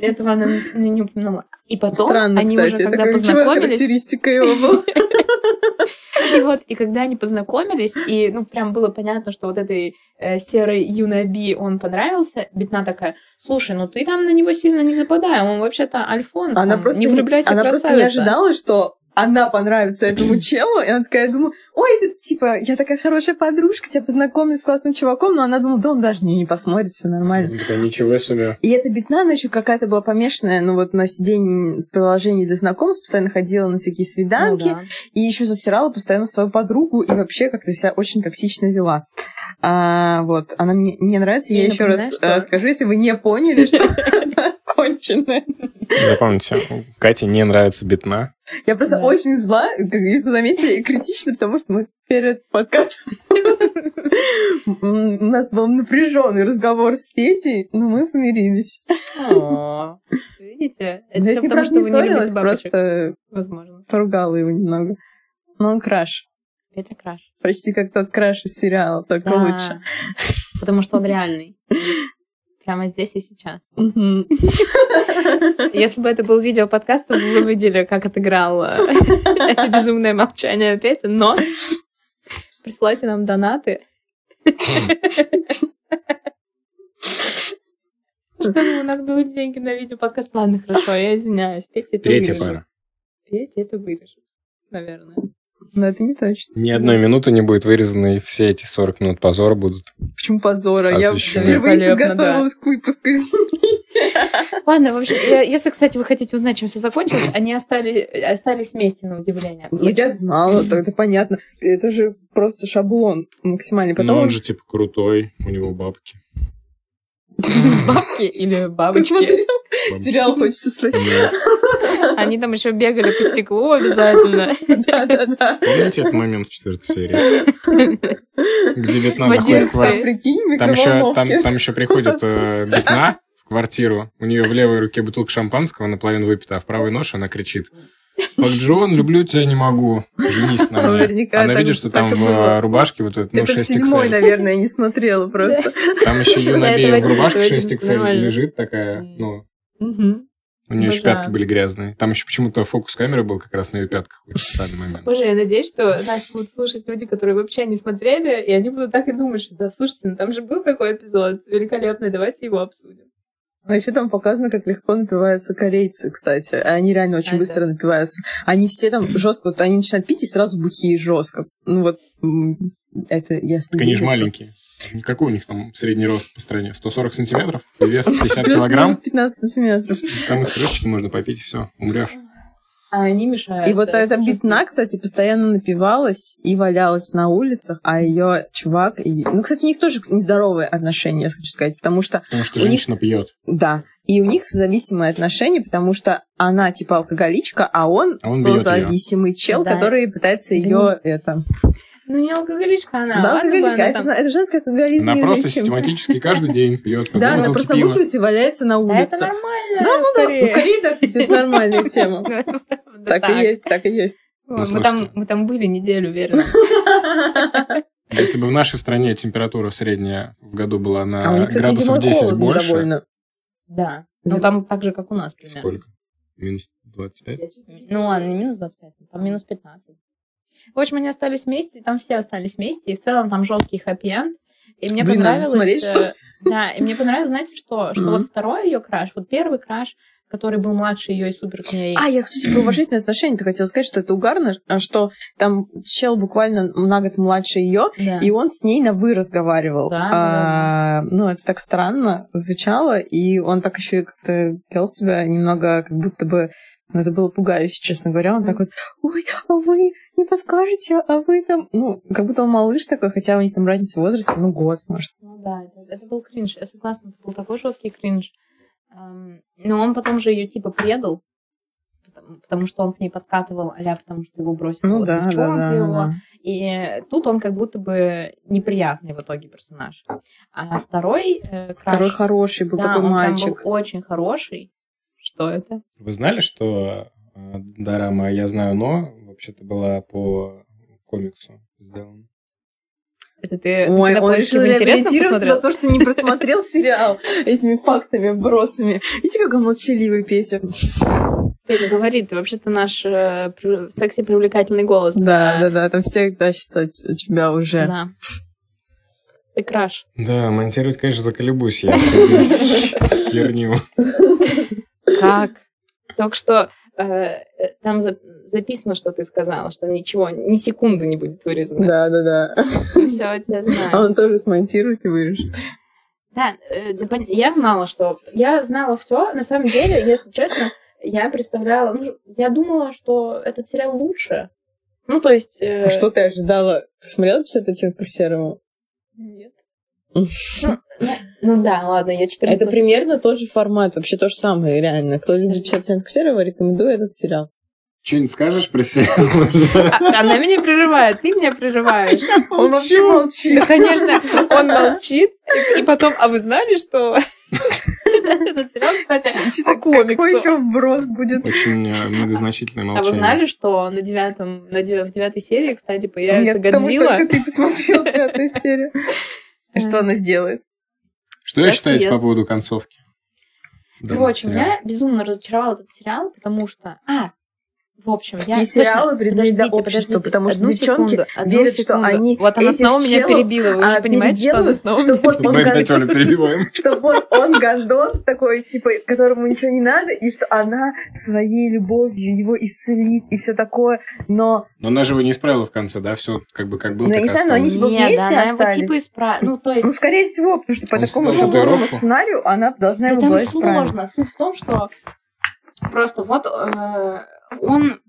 S3: Этого она не не упомянула. И потом
S2: Странно,
S3: они
S2: кстати.
S3: уже когда
S2: это ключевая
S3: познакомились,
S2: характеристика его была.
S3: И вот, и когда они познакомились, и, ну, прям было понятно, что вот этой э, серой юной Би он понравился, Битна такая, слушай, ну ты там на него сильно не западай, он вообще-то альфонс,
S2: Она
S3: там,
S2: просто
S3: не влюбляйся,
S2: она
S3: красавица.
S2: просто не ожидала, что она понравится этому челу, и она такая думала, ой, ты- типа, я такая хорошая подружка, тебя познакомлю с классным чуваком, но она думала, да он даже на нее не посмотрит, все нормально.
S1: Такая, Ничего себе.
S2: И эта битна, она еще какая-то была помешанная, ну вот на сиденье приложений для знакомств, постоянно ходила на всякие
S3: Ну
S2: свиданки,
S3: да.
S2: и еще засирала постоянно свою подругу, и вообще как-то себя очень токсично вела. А, вот, она мне не нравится,
S3: Я
S2: я еще раз
S3: напоминаю,
S2: э,
S3: что-
S2: скажу, если вы не поняли, что она конченая.
S1: Запомните, Кате не нравится битна.
S2: Я просто
S3: Да.
S2: очень зла, как если заметили, и критично, потому что мы перед подкастом... У нас был напряженный разговор с Петей, но мы помирились.
S3: О, Видите? Это
S2: Я
S3: всё
S2: с ним,
S3: потому,
S2: правда, не
S3: что вы не любите
S2: ссорилась,
S3: бабочек.
S2: просто
S3: Возможно.
S2: поругала его немного. Но он краш.
S3: Петя Краш.
S2: Почти как тот краш из сериала, только
S3: Да.
S2: лучше.
S3: Потому что он реальный. Прямо здесь и сейчас.
S2: Мгм.
S3: Если бы это был видео-подкаст, то вы бы видели, как отыграл э, это безумное молчание Петя, но присылайте нам донаты. Чтобы у нас были деньги на видео-подкаст. Ладно, хорошо, я извиняюсь. Петя это
S1: Третья
S3: вырежет.
S1: пара.
S3: Петя это вырежет, наверное.
S2: Но это не точно.
S1: Ни одной минуты не будет вырезано, и все эти 40 минут позора будут.
S2: Почему позора? Я
S1: Освещены.
S2: впервые
S3: Великолепно,
S2: подготовилась к выпуску, извините.
S3: Ладно, в общем, я- если, кстати, вы хотите узнать, чем все закончилось, они остались, остались вместе, на удивление.
S2: Ну, я знала, тогда понятно. Это же просто шаблон максимальный. Потом
S1: Но он
S2: он-
S1: же, типа, крутой, у него бабки.
S3: Бабки или
S2: Ты
S3: бабочки.
S2: смотрела? Сериал хочется спросить.
S1: Нет.
S3: Они там еще бегали по стеклу обязательно.
S2: Да-да-да.
S1: Помните этот момент в четвертой серии? Где Бетна
S3: В
S1: заходит в
S3: одиннадцатой.
S1: квартиру?
S2: Прикинь,
S1: Там еще, там,
S2: микроволновки.
S1: там еще приходит э,
S2: Туса.
S1: бедна в квартиру. У нее в левой руке бутылка шампанского наполовину выпита, а в правой нож она кричит. Пак Джон, люблю тебя, не могу. Женись на мне.
S2: Наверняка
S1: она
S2: так-
S1: видит, что
S2: так
S1: там
S2: и
S1: в
S2: было.
S1: э, рубашке вот этот, ну,
S2: Это в
S1: 6
S2: седьмой,
S1: XL.
S2: наверное, я не смотрела просто.
S1: Там еще
S3: Да,
S1: Юна
S3: это
S1: Бея в
S3: возьми,
S1: рубашке
S3: это
S1: 6 XL
S3: нормально.
S1: лежит такая, ну,
S3: Мгм.
S1: у
S2: Ну
S1: нее еще
S3: Обожаю.
S1: пятки были грязные. Там еще почему-то фокус камеры был как раз на ее пятках в очень странный момент.
S3: Боже, я надеюсь, что нас будут слушать люди, которые вообще не смотрели, и они будут так и думать, что да, слушайте, ну там же был такой эпизод великолепный, давайте его обсудим.
S2: А еще там показано, как легко напиваются корейцы, кстати. Они реально очень
S3: А,
S2: быстро напиваются. Они все там жестко, вот они начинают пить и сразу бухие жестко. Ну вот, м, это я
S1: Так они же
S2: свидетельство.
S1: маленькие. Какой у них там средний рост по стране? 140 сантиметров? И Вес 50
S2: Плюс-минус
S1: килограмм?
S2: 15 сантиметров.
S1: Там из крышечки можно попить, и все, умрешь.
S3: А они мешают.
S2: И вот
S3: да,
S2: эта
S3: это
S2: битна,
S3: ужасно.
S2: кстати, постоянно напивалась и валялась на улицах, а ее чувак... и- Ну, кстати, у них тоже нездоровые отношения, я хочу сказать, потому что,
S1: Потому что
S2: У них-
S1: женщина пьет.
S2: да, и у них зависимые отношения, потому что она типа алкоголичка, а он,
S1: А он бьёт её.
S2: созависимый чел,
S3: Да.
S2: который пытается ее это...
S3: Ну не алкоголичка она,
S2: да,
S3: ладно бы
S2: алкоголичка.
S3: она
S2: Это,
S3: там-
S2: это женский алкоголизм.
S1: Она
S2: и
S1: просто
S2: зачем?
S1: систематически каждый день пьет.
S2: Да, она просто набухивается и валяется на
S3: Да А это
S2: улице.
S3: нормально,
S2: Да, ну да, ну, в
S3: скорее.
S2: Корее, да, кстати, это нормальная тема.
S3: Ну, это правда
S2: Так и есть, так и есть.
S3: О,
S1: Ну,
S3: Мы там,
S1: слушайте.
S3: мы там были неделю, верно?
S1: Если бы в нашей стране температура средняя в году была
S2: А у
S1: на
S2: них, кстати,
S1: градусов
S2: зимой
S1: 10
S2: холодно
S1: больше,
S2: довольно.
S3: Да. Ну там так же, как у нас, примерно.
S1: сколько? Минус 25?
S3: Ну ладно, не минус 25, там минус 15. В общем, они остались вместе, и там все остались вместе, и в целом там жесткий хэппи-энд. И мне
S2: Блин, надо
S3: понравилось...
S2: смотреть,
S3: э,
S2: что-
S3: Да, и мне понравилось, знаете, что? Что
S2: Мгм.
S3: вот второй ее краш, вот первый краш, который был младше ее и супер к ней.
S2: А, я, кстати, про уважительные отношения то хотела сказать, что это угарно, а, что там чел буквально на год младше ее,
S3: Да.
S2: и он с ней на вы разговаривал.
S3: Да,
S2: А, ну, это так странно звучало, и он так еще и как-то вел себя немного, как будто бы ну, это было пугающе, честно говоря. Он так вот, ой, а вы не подскажете, а вы там... Ну, как будто он малыш такой, хотя у них там разница в возрасте, ну, год, может.
S3: Ну да, это, это был кринж. Я согласна, это был такой жесткий кринж. Ам, Но он потом же ее типа предал, потому, потому что он к ней подкатывал, а потому что его бросил.
S2: Ну, да, да, да,
S3: его.
S2: да.
S3: И тут он как будто бы неприятный в итоге персонаж. А второй э, краш-
S2: Второй хороший был
S3: Да,
S2: такой
S3: он прям
S2: мальчик.
S3: был очень хороший. Что это?
S1: Вы знали, что э, Дорама «Я знаю, но» вообще-то была по комиксу сделана?
S3: Это ты... ты
S2: Ой,
S3: на
S2: он
S3: поиске
S2: решил
S3: интересно
S2: реабилитироваться
S3: посмотрел?
S2: за то, что не просмотрел сериал этими фактами, бросами. Видите, как он молчаливый, Петя?
S4: Петя говорит, ты вообще-то наш э, при- секси-привлекательный голос.
S2: Да, да, да, там все тащатся от от тебя уже.
S3: Да.
S4: Ты краш.
S1: Да, монтировать, конечно, заколебусь я. Херню.
S4: Как? Только что э, э, там за- записано, что ты сказала, что ничего, ни секунды не будет вырезано.
S2: Да, да, да.
S4: Все, я тебя
S2: А
S4: знаю.
S2: он тоже смонтирует и вырежет.
S3: Да, э, да пон- я знала, что... Я знала все. На самом деле, если честно, я представляла... ну, я думала, что этот сериал лучше. Ну, то есть... э,
S4: А
S2: А Что ты ожидала? Ты смотрела 50 оттенков серого?
S3: Нет. Ну да, ладно, я 14...
S2: Это примерно тот же формат, вообще то же самое, реально. Кто любит 50 оттенков серого, рекомендую этот сериал.
S1: Что-нибудь скажешь про сериал?
S4: А- Она меня прерывает, ты меня прерываешь.
S2: Он вообще молчит.
S4: Да, конечно, он молчит. И потом, а вы знали, что этот сериал, кстати, по комиксу.
S2: вброс будет?
S1: Очень э, многозначительное
S3: А вы
S1: молчание.
S3: знали, что на девятом, на девя- в девятой серии, кстати, появится Годзилла?
S2: ты посмотрел пятую серию. Что она сделает?
S1: Что я
S3: Сейчас
S1: считаете
S3: съест.
S1: по поводу концовки?
S3: Короче,
S1: Данного сериала.
S3: меня безумно разочаровал этот сериал, потому что... А, в общем, я...
S2: Какие сериалы
S3: точно-
S2: вредны для
S3: Подождите,
S2: общества,
S3: подождите,
S2: потому что
S3: одну
S2: девчонки
S3: секунду, одну
S2: верят, что
S3: секунду.
S2: они
S3: Вот
S2: этих
S3: она
S2: а,
S3: снова меня
S2: челов,
S3: перебила, вы же понимаете, что она
S2: переделают,
S3: снова
S2: чтоб
S3: меня...
S2: вот он
S1: Мы
S2: гон-
S1: опять Олю перебиваем.
S2: Что вот он гондон такой, типа, которому ничего не надо, и что она своей любовью его исцелит и все такое. Но
S1: Но она же его не исправила в конце, да? Все как бы как было,
S2: Ну,
S1: так
S2: я
S1: и
S2: не знаю, но они
S1: осталось.
S2: типа,
S3: Нет,
S2: вместе
S3: да, она его
S2: остались.
S3: типа исправила. Ну, то есть...
S2: ну, скорее всего, потому что по
S1: Он снял
S2: такому же уголовному
S1: татуировку?
S2: сценарию она должна
S3: Да
S2: его
S3: там
S2: была исправить.
S3: сложно. Суть в том, что просто вот э, он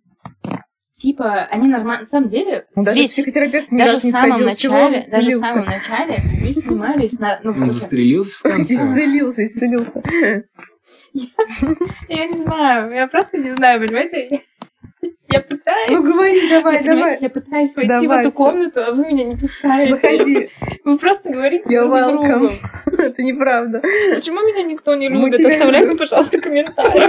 S3: типа, они нормально, на самом деле,
S2: Он Ну, даже
S3: весь-
S2: психотерапевт ни
S3: даже
S2: разу
S3: в
S2: не
S3: самом
S2: сходил, с чего он
S3: начале, даже в самом
S2: исцелился.
S3: начале они снимались на, ну, в смысле,
S1: застрелился в
S2: Исцелился, исцелился.
S3: я не знаю, я просто не знаю, понимаете, я пытаюсь,
S2: Ну говори,
S3: я,
S2: давай,
S3: понимаете,
S2: давай.
S3: я пытаюсь войти
S2: Давай,
S3: в эту
S2: всё.
S3: комнату, а вы меня не пускаете,
S2: Заходи.
S3: вы просто говорите
S2: You're
S3: друг с другом.
S2: welcome. Это неправда.
S3: Почему меня никто не
S2: Мы
S3: любит?
S2: тебя
S3: Оставляйте,
S2: любим.
S3: пожалуйста, комментарии.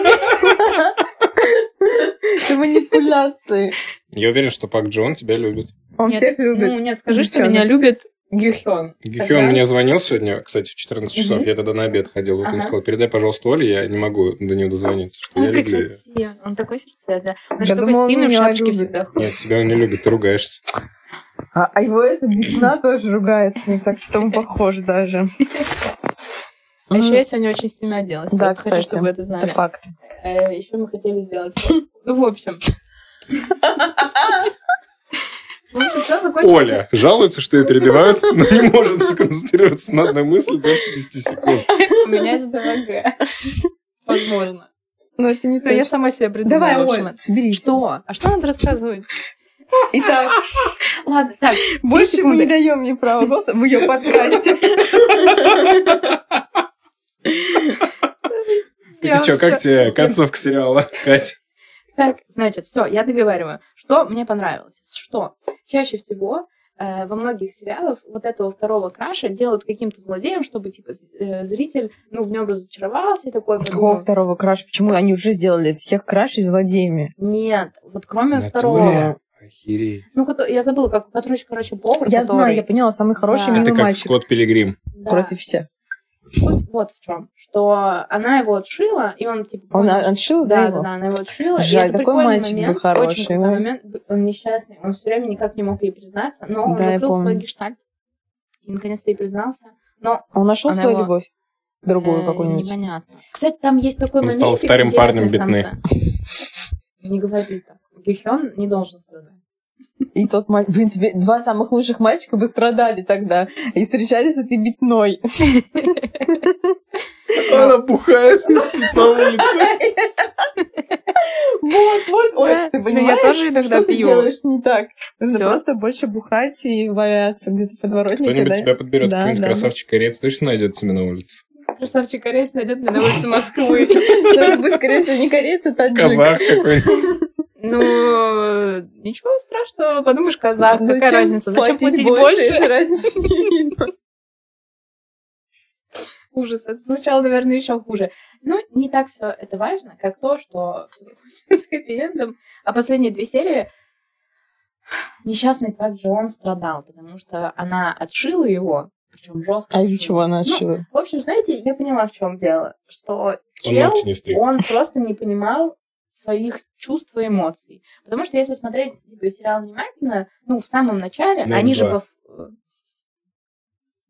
S2: Это манипуляции.
S1: Я уверен, что Пак Джон тебя любит.
S2: Он
S3: Нет,
S2: всех
S3: Ну,
S2: любит.
S3: нет, скажи, что
S2: Девчонок.
S3: меня любит Гюхён.
S1: Гихён мне звонил сегодня, кстати, в 14 часов. Я тогда на обед ходил. Вот он
S3: Ага.
S1: сказал, передай, пожалуйста, Оле, я не могу до нее дозвониться, что я
S3: Он
S1: люблю ее.
S3: прекрасен. Он такой сердце, Он
S2: Я
S3: же такой
S2: думала, он
S3: стильный в
S2: меня
S3: шапочке
S2: любит.
S3: всегда ходит.
S1: Нет, тебя он не любит, ты ругаешься.
S2: А, а его эта бедна тоже ругается, так что он похож даже.
S3: А еще я сегодня очень сильно оделась.
S2: Да,
S3: Просто
S2: кстати.
S3: Хочу, чтобы вы это знали. Э,
S2: факт.
S3: еще мы хотели сделать... Ну, в общем. В общем, все закончилось...
S1: Оля жалуется, что ее перебивают, но не может сконцентрироваться на одной мысли дольше 10 секунд.
S3: У меня это ДВГ. Возможно.
S2: Но Ну, это не
S3: Но Ну, я
S2: точно.
S3: сама себе придумала.
S2: Давай,
S3: в общем,
S2: Оль,
S3: это.
S2: соберись.
S3: Что? А что надо рассказывать?
S2: Итак,
S3: Ладно, так.
S2: больше мы
S3: секунды.
S2: не даем ей права голоса в ее подкасте.
S1: Так что, как тебе концовка сериала, Кать?
S3: Так, значит, все, я договариваю. Что мне понравилось? Что чаще всего э, во многих сериалах вот этого второго краша делают каким-то злодеем, чтобы типа з- э, зритель, ну, в нем разочаровался и такой
S2: Какого
S3: подумал.
S2: второго краша? Почему они уже сделали всех крашей злодеями?
S3: Нет, вот кроме
S1: Натуре?
S3: второго.
S1: Охереть.
S3: Ну, кото- я забыла, как, который, короче, повар,
S2: Я
S3: который-
S2: знаю, я поняла, самый хороший
S3: Да.
S2: милый
S1: Это как
S2: Ну, мальчик
S1: Скотт Пилигрим.
S3: Да.
S2: против всех.
S3: Суть вот в чем, что она его отшила, и он типа...
S2: Он
S3: понял,
S2: отшил, да,
S3: да,
S2: его?
S3: да, да, она его отшила.
S2: Жаль,
S3: и это
S2: такой
S3: прикольный
S2: мальчик
S3: момент,
S2: был
S3: очень
S2: хороший, ну.
S3: крутой
S2: ой.
S3: момент. Он несчастный, он все время никак не мог ей признаться, но он
S2: Да, я
S3: закрыл свой
S2: помню.
S3: гештальт. И наконец-то ей признался. Но
S2: Он нашел
S3: Она
S2: свою
S3: его-
S2: любовь? Другую
S3: э,
S2: какую-нибудь?
S3: Непонятно. Кстати, там есть такой
S1: Он
S3: момент.
S1: стал вторым парнем Битны.
S3: Не говори так. Гюхён не должен страдать.
S2: И тот мальчик... Блин, тебе два самых лучших мальчика бы страдали тогда. И встречались с этой битной.
S1: Она пухает из на улице.
S2: Вот, вот,
S4: Да,
S2: вот. Ты
S4: но
S2: понимаешь,
S4: я тоже иногда
S2: что ты
S4: пью.
S2: делаешь не так? Нужно
S4: Всё.
S2: просто больше бухать и валяться где-то подворотник.
S1: Кто-нибудь тебя подберет,
S2: Да,
S1: какой-нибудь
S2: да.
S1: красавчик корец точно найдет тебя на улице.
S4: Красавчик корейц найдет меня на улице Москвы.
S2: Кто-нибудь, скорее всего, не кореец, а таджик.
S1: Казах какой-нибудь.
S4: Ну, ничего страшного, подумаешь, казах,
S2: Ну,
S4: какая
S2: чем
S4: разница, зачем платить
S2: если
S4: больше?
S2: разницы не видно?
S4: Ужас, это звучало, наверное, еще хуже. Ну, не так все это важно, как то, что всё закончилось с хэппи-эндом, а последние две серии
S3: Несчастный Пак Джон страдал, потому что она отшила его, причем жестко.
S2: А из-за
S3: отшила.
S2: чего она
S3: Ну,
S2: отшила?
S3: В общем, знаете, я поняла, в чем дело. Что
S1: Он
S3: чел,
S1: ногти не стриг.
S3: он просто не понимал своих чувств и эмоций. Потому что если смотреть типа, сериал внимательно, ну, в самом начале,
S1: На
S3: они
S1: X2.
S3: же... По...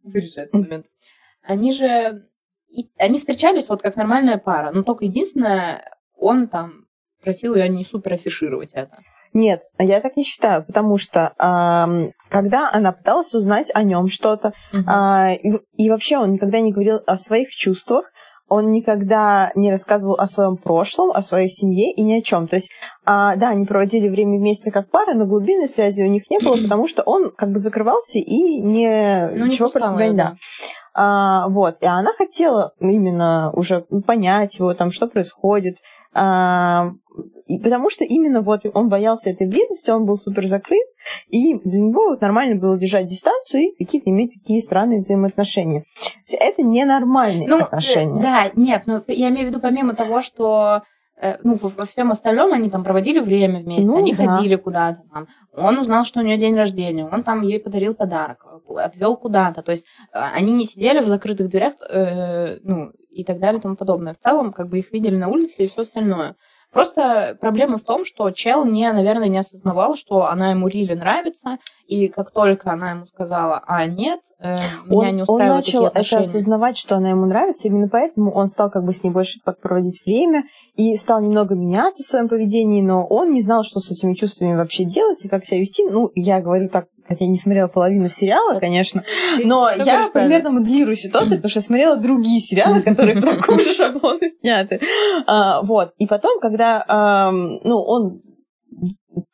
S3: Вырежи этот момент. Они же... и- Они встречались вот как нормальная пара. Но только единственное, он там просил ее не супер афишировать это.
S2: Ну, Нет, я так не считаю, потому что ам, когда она пыталась узнать о нем что-то, а, и, и вообще он никогда не говорил о своих чувствах, он никогда не рассказывал о своем прошлом, о своей семье и ни о чем. То есть, а, да, они проводили время вместе как пара, но глубинной связи у них не было, потому что он как бы закрывался и не,
S3: Ну, не
S2: ничего про
S3: пускала
S2: себя не
S3: её,
S2: да.
S3: да.
S2: А, вот, и она хотела именно уже понять его, там, что происходит, А, и потому что именно вот он боялся этой близости, он был супер закрыт, и для него вот нормально было держать дистанцию и какие-то иметь такие странные взаимоотношения. То есть Это ненормальные
S3: Ну, э,
S2: отношения.
S3: Да, нет, ну я имею в виду помимо того, что э, ну, во, во всем остальном они там проводили время вместе,
S2: Ну,
S3: они
S2: да.
S3: ходили куда-то там. Он узнал, что у нее день рождения, он там ей подарил подарок, отвел куда-то. То есть э, они не сидели в закрытых дверях, э, ну, и так далее и тому подобное. В целом, как бы их видели на улице и все остальное. Просто проблема в том, что чел не, наверное, не осознавал, что она ему рили нравится, и как только она ему сказала, а нет, э, меня
S2: он, он
S3: не устраивает
S2: начал это осознавать, что она ему нравится, именно поэтому он стал как бы с ней больше так проводить время и стал немного меняться в своем поведении, но он не знал, что с этими чувствами вообще делать и как себя вести. Ну, я говорю так, хотя я не смотрела половину сериала, конечно, но
S3: всё
S2: я
S3: говоришь правильно.
S2: примерно моделирую ситуацию, потому что смотрела другие сериалы, которые по такому же шаблону сняты. А, Вот. И потом, когда ам, ну, он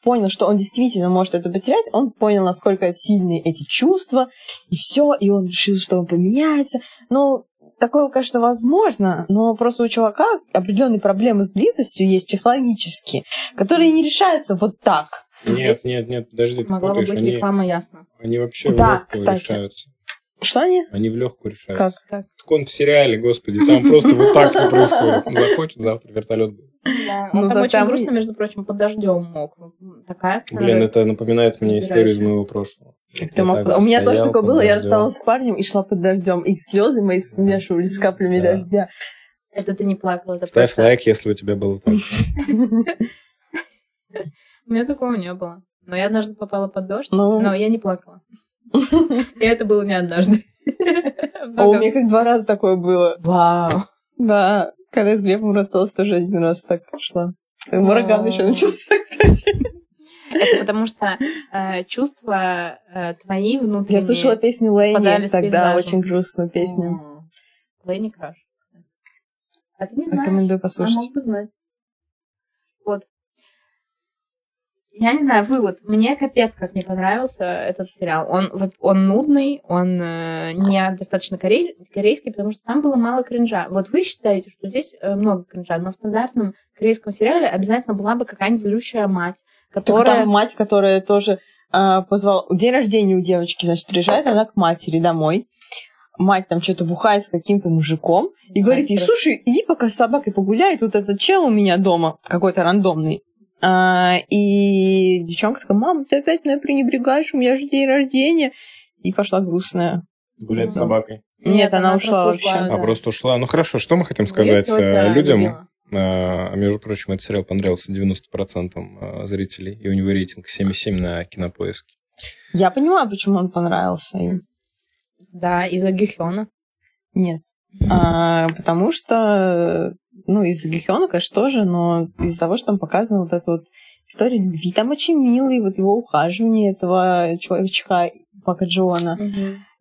S2: понял, что он действительно может это потерять, он понял, насколько сильны эти чувства, и все, и он решил, что он поменяется. Ну, такое, конечно, возможно, но просто у чувака определенные проблемы с близостью есть психологические, которые не решаются вот так.
S1: Нет, нет, нет, подожди, ты
S3: Могла бы
S1: путаешь.
S3: быть
S1: Они,
S3: реклама, ясно.
S1: они вообще в
S2: Да,
S1: легкую
S2: кстати.
S1: решаются.
S2: Что они?
S1: Они в легкую решаются.
S2: Как?
S1: Так он в сериале, господи, там просто вот так все происходит. Захочет, завтра вертолет будет.
S3: Да,
S2: Ну
S3: он там
S2: да,
S3: очень
S2: там-
S3: грустно, между прочим, под дождем мог. Такая сцена.
S1: Блин, это напоминает мне историю из моего прошлого.
S2: Как ты
S1: Я
S2: мог-
S1: так
S2: У меня
S1: стоял
S2: тоже такое
S1: под
S2: было, я
S1: дождём.
S2: рассталась с парнем и шла под дождем, и слезы мои смешивались с каплями
S1: Да.
S2: дождя.
S3: Это ты не плакала. Это
S1: Ставь
S3: просто-
S1: лайк, если у тебя было так.
S3: У меня такого не было. Но я однажды попала под дождь,
S2: Ну.
S3: но я не плакала. И это было не однажды.
S2: А у меня, кстати, два раза такое было.
S3: Вау.
S2: Да, когда я с Глебом рассталась, тоже один раз так шла. Ураган еще начался, кстати.
S3: Это потому что э, чувства э, твои внутренние...
S2: Я слушала песню
S3: совпадали
S2: Лэйни
S3: с
S2: тогда,
S3: пейзажем.
S2: очень грустную песню.
S3: М. Лэйни Краш. А ты не знаешь?
S2: Рекомендую
S3: А
S2: послушать.
S3: мог бы знать. Вот. Я не знаю, вывод. Мне капец как не понравился этот сериал. Он, во- он нудный, он э, не достаточно корей- корейский, потому что там было мало кринжа. Вот вы считаете, что здесь э, много кринжа, но в стандартном корейском сериале обязательно была бы какая-нибудь злющая мать,
S2: Так
S3: которая...
S2: там мать, которая тоже а, позвала... День рождения у девочки, значит, приезжает она к матери домой. Мать там что-то бухает с каким-то мужиком и говорит ей,
S3: Мастер.
S2: слушай, иди пока с собакой погуляй, тут этот чел у меня дома какой-то рандомный. А, и девчонка такая, мама, ты опять меня пренебрегаешь, у меня же день рождения. И пошла грустная.
S1: Гулять с собакой.
S2: Нет, она ушла
S3: просто
S2: вообще.
S1: А
S3: Ну да.
S1: просто ушла. Ну хорошо, что мы хотим
S3: Её
S1: сказать
S3: тётя
S1: э, людям?
S3: любила.
S1: А, Между прочим, этот сериал понравился 90% зрителей, и у него рейтинг 7,7 на кинопоиске.
S2: Я понимаю, почему он понравился им.
S3: Да, из-за Гюхёна.
S2: Нет. А, потому что, ну, из Гихёна, конечно, тоже, но из-за того, что там показана вот эта вот история любви, там очень милый вот его ухаживание этого человечка Пака Джона.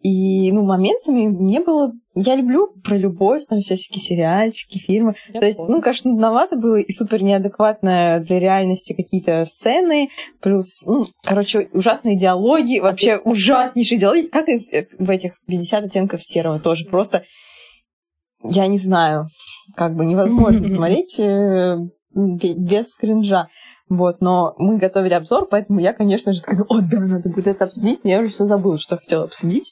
S2: И, ну, моментами мне было... Я люблю про любовь, там все всякие сериальчики, фильмы.
S3: Я
S2: То есть,
S3: помню.
S2: ну, конечно, нудновато было и супер неадекватно для реальности какие-то сцены, плюс, ну, короче, ужасные
S3: А
S2: диалоги, вообще ужаснейшие диалоги, как и в- в этих 50 оттенков серого тоже. Просто, я не знаю, как бы невозможно смотреть э, бе- без кринжа. Вот, но мы готовили обзор, поэтому я, конечно же, такая, о, да, надо будет это обсудить, но я уже все забыла, что хотела обсудить.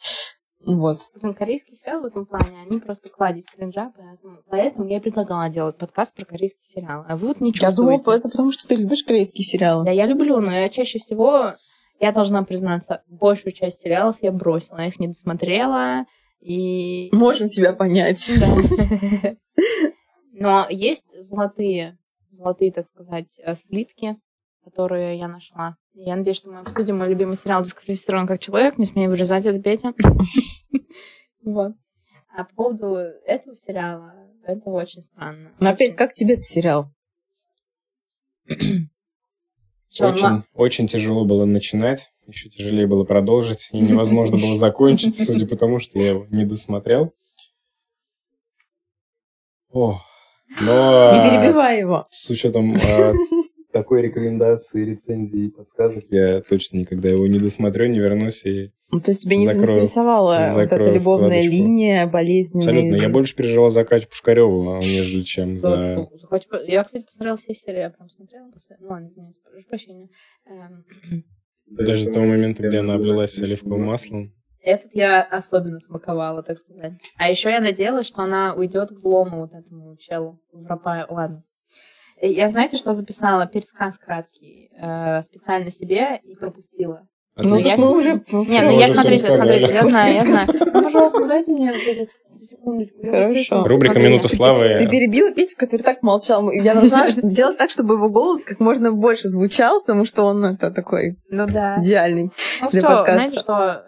S2: Вот.
S3: Блин, Корейский сериал Ну, в этом плане, они просто кладезь кринжа, поэтому, поэтому я и предлагала делать подкаст про корейский сериал. А вы вот не
S2: Я
S3: чувствуете.
S2: думала, это потому, что ты любишь корейские сериалы.
S3: Да, я люблю, но я чаще всего, я должна признаться, большую часть сериалов я бросила, я их не досмотрела, и...
S2: Можем тебя понять.
S3: Да. Но есть золотые, золотые, так сказать, э, слитки, которые я нашла. Я надеюсь, что мы обсудим мой любимый сериал «Дисквалифицирован как человек». Не смею вырезать это, Петя. Вот. А по поводу этого сериала, это очень странно.
S2: Но Ну, опять,
S3: Очень.
S2: как тебе этот сериал?
S3: Чё,
S1: очень,
S3: ма-
S1: очень тяжело было начинать, еще тяжелее было продолжить, и невозможно было закончить, судя по тому, что я его не досмотрел. О, но
S2: Не перебивай его.
S1: с учетом э, такой рекомендации, рецензии и подсказок, я точно никогда его не досмотрю, не вернусь. И
S2: Ну, То есть тебя не
S1: Закрою-
S2: заинтересовала вот эта
S1: закрою
S2: любовная
S1: вкладочку.
S2: линия, болезненная?
S1: абсолютно, я больше переживал за Катю Пушкареву, а, нежели чем за...
S3: Вот, ну, хоть по- Я, кстати, посмотрела все серии, я прям смотрела. посмотрела. Ну ладно, извиняюсь, прошу прощения. Эм,
S1: Даже до того момента, где она облилась оливковым маслом.
S3: Этот я особенно смаковала, так сказать. А еще я надеялась, что она уйдет к злому вот этому челу. Европаю. Ладно. Э, Я знаете, что записала? Пересказ краткий. э, специально себе и пропустила.
S2: Ну,
S1: Отлично.
S2: так мы уже... всё.
S3: Не,
S1: Всё,
S3: ну я,
S1: уже всем
S3: смотрите,
S1: сказали.
S3: смотрите, я знаю, я знаю. Ну, Пожалуйста, дайте мне вот этот секундочку. Я вот
S2: Хорошо.
S3: это
S1: Рубрика
S3: смотрела.
S1: «Минута славы».
S2: Ты перебила Петю, который так молчал. Я должна делать так, чтобы его голос как можно больше звучал, потому что он это такой
S3: Ну да.
S2: идеальный.
S3: Ну
S2: для
S3: все,
S2: подкаста.
S3: знаете, что... э,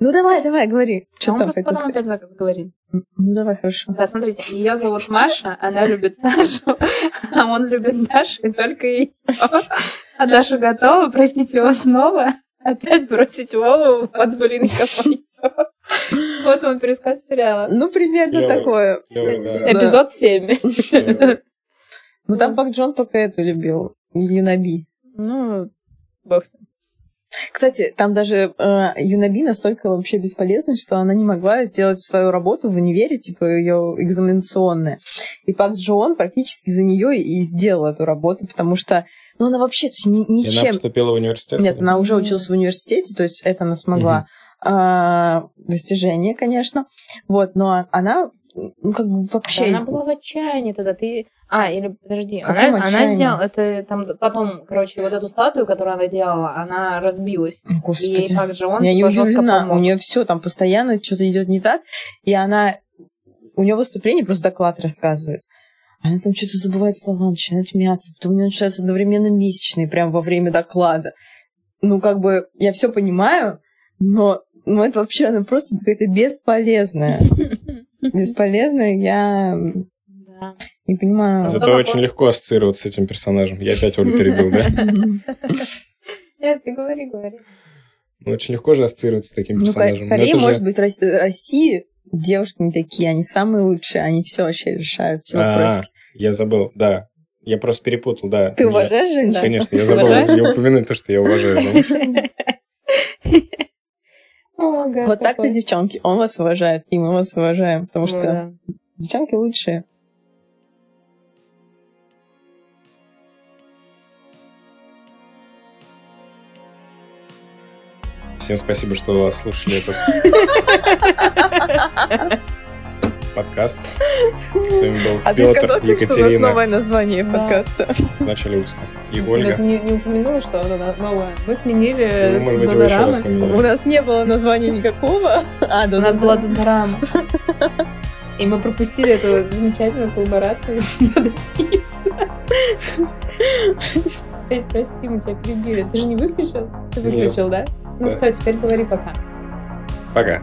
S2: Ну давай, давай, говори. Что
S3: он
S2: там
S3: просто
S2: хотел
S3: потом
S2: сказать?
S3: опять заказ говорит.
S2: Ну давай, хорошо.
S3: Да, смотрите, ее зовут Маша, она любит Сашу, а он любит Дашу и только ее. А Даша готова простить его снова, опять бросить Вову под блинка Вот вам пересказ сериала.
S2: Ну, примерно
S1: Я-
S2: такое.
S1: Клёво, да.
S3: Эпизод 7.
S1: Клёво.
S2: Ну, там Бак Джон только эту любил. Юнаби.
S3: Ну, бог с ним.
S2: Кстати, там даже э, Юнаби настолько вообще бесполезна, что она не могла сделать свою работу в универе, типа ее экзаменационная. И Пак Джон практически за нее и сделал эту работу, потому что ну, она вообще то есть, ни-
S1: И она
S2: ничем...
S1: поступила в университет?
S2: Нет, она уже училась в университете, то есть это она смогла. А, достижение, конечно. Вот, но она ну, как бы вообще...
S3: Да, она была в отчаянии тогда. Ты... А, или подожди,
S2: В каком
S3: она, она
S2: отчаянии?
S3: сделала это там потом, короче, вот эту статую, которую она делала, она разбилась.
S2: О, Господи.
S3: И также он
S2: я не
S3: типа, жестко
S2: удивлена. У
S3: помог.
S2: нее все там постоянно что-то идет не так, и она у нее выступление просто доклад рассказывает. Она там что-то забывает слова, начинает мяться, потом у нее начинаются одновременно месячные, прямо во время доклада. Ну, как бы, я все понимаю, но, ну, это вообще она просто какая-то бесполезная. Бесполезная, я м,
S3: Да.
S2: не понимаю.
S1: Зато
S3: Зато
S1: очень
S3: какой-
S1: легко ассоциироваться с этим персонажем. Я опять Олю перебил, да?
S2: Ну,
S3: Нет, ты говори, говори.
S1: Ну, Очень легко же ассоциироваться с таким
S2: Ну, Ко-
S1: персонажем. Но
S2: Корея,
S1: это
S2: может
S1: же...
S2: быть, Рос- России девушки не такие, они самые лучшие, они все вообще решают все
S1: А,
S2: вопросы.
S1: Я забыл, да. Я просто перепутал, да.
S2: Ты
S1: Я-
S2: уважаешь женщин?
S1: Конечно, я
S3: Ты
S1: забыл.
S3: уважаешь?
S1: Я упомяну то, что я уважаю женщин.
S2: Вот так-то, девчонки, он вас уважает, и мы вас уважаем, потому что девчонки лучшие.
S1: Всем спасибо, что вас слушали этот подкаст. С вами был
S2: А ты
S1: Петр,
S2: сказал, кстати, что у нас
S1: Екатерина.
S2: новое название
S3: Да.
S2: подкаста.
S1: В начале выпуска. и
S4: Ну, Я
S1: Ольга.
S4: не, не упомянула, что она новая. Мы сменили
S1: Ну,
S4: с
S1: может быть, его еще раз
S4: Додорамы.
S2: У
S1: поменяем.
S2: нас не было названия никакого. А, да,
S4: У нас была
S2: была
S4: Додорама. И мы пропустили эту замечательную коллаборацию с Додопиццей. Опять прости, мы тебя перебили. Ты же не выключил? Ты
S1: Нет.
S4: выключил, да? Ну
S1: Да.
S4: все, теперь говори пока.
S1: Пока.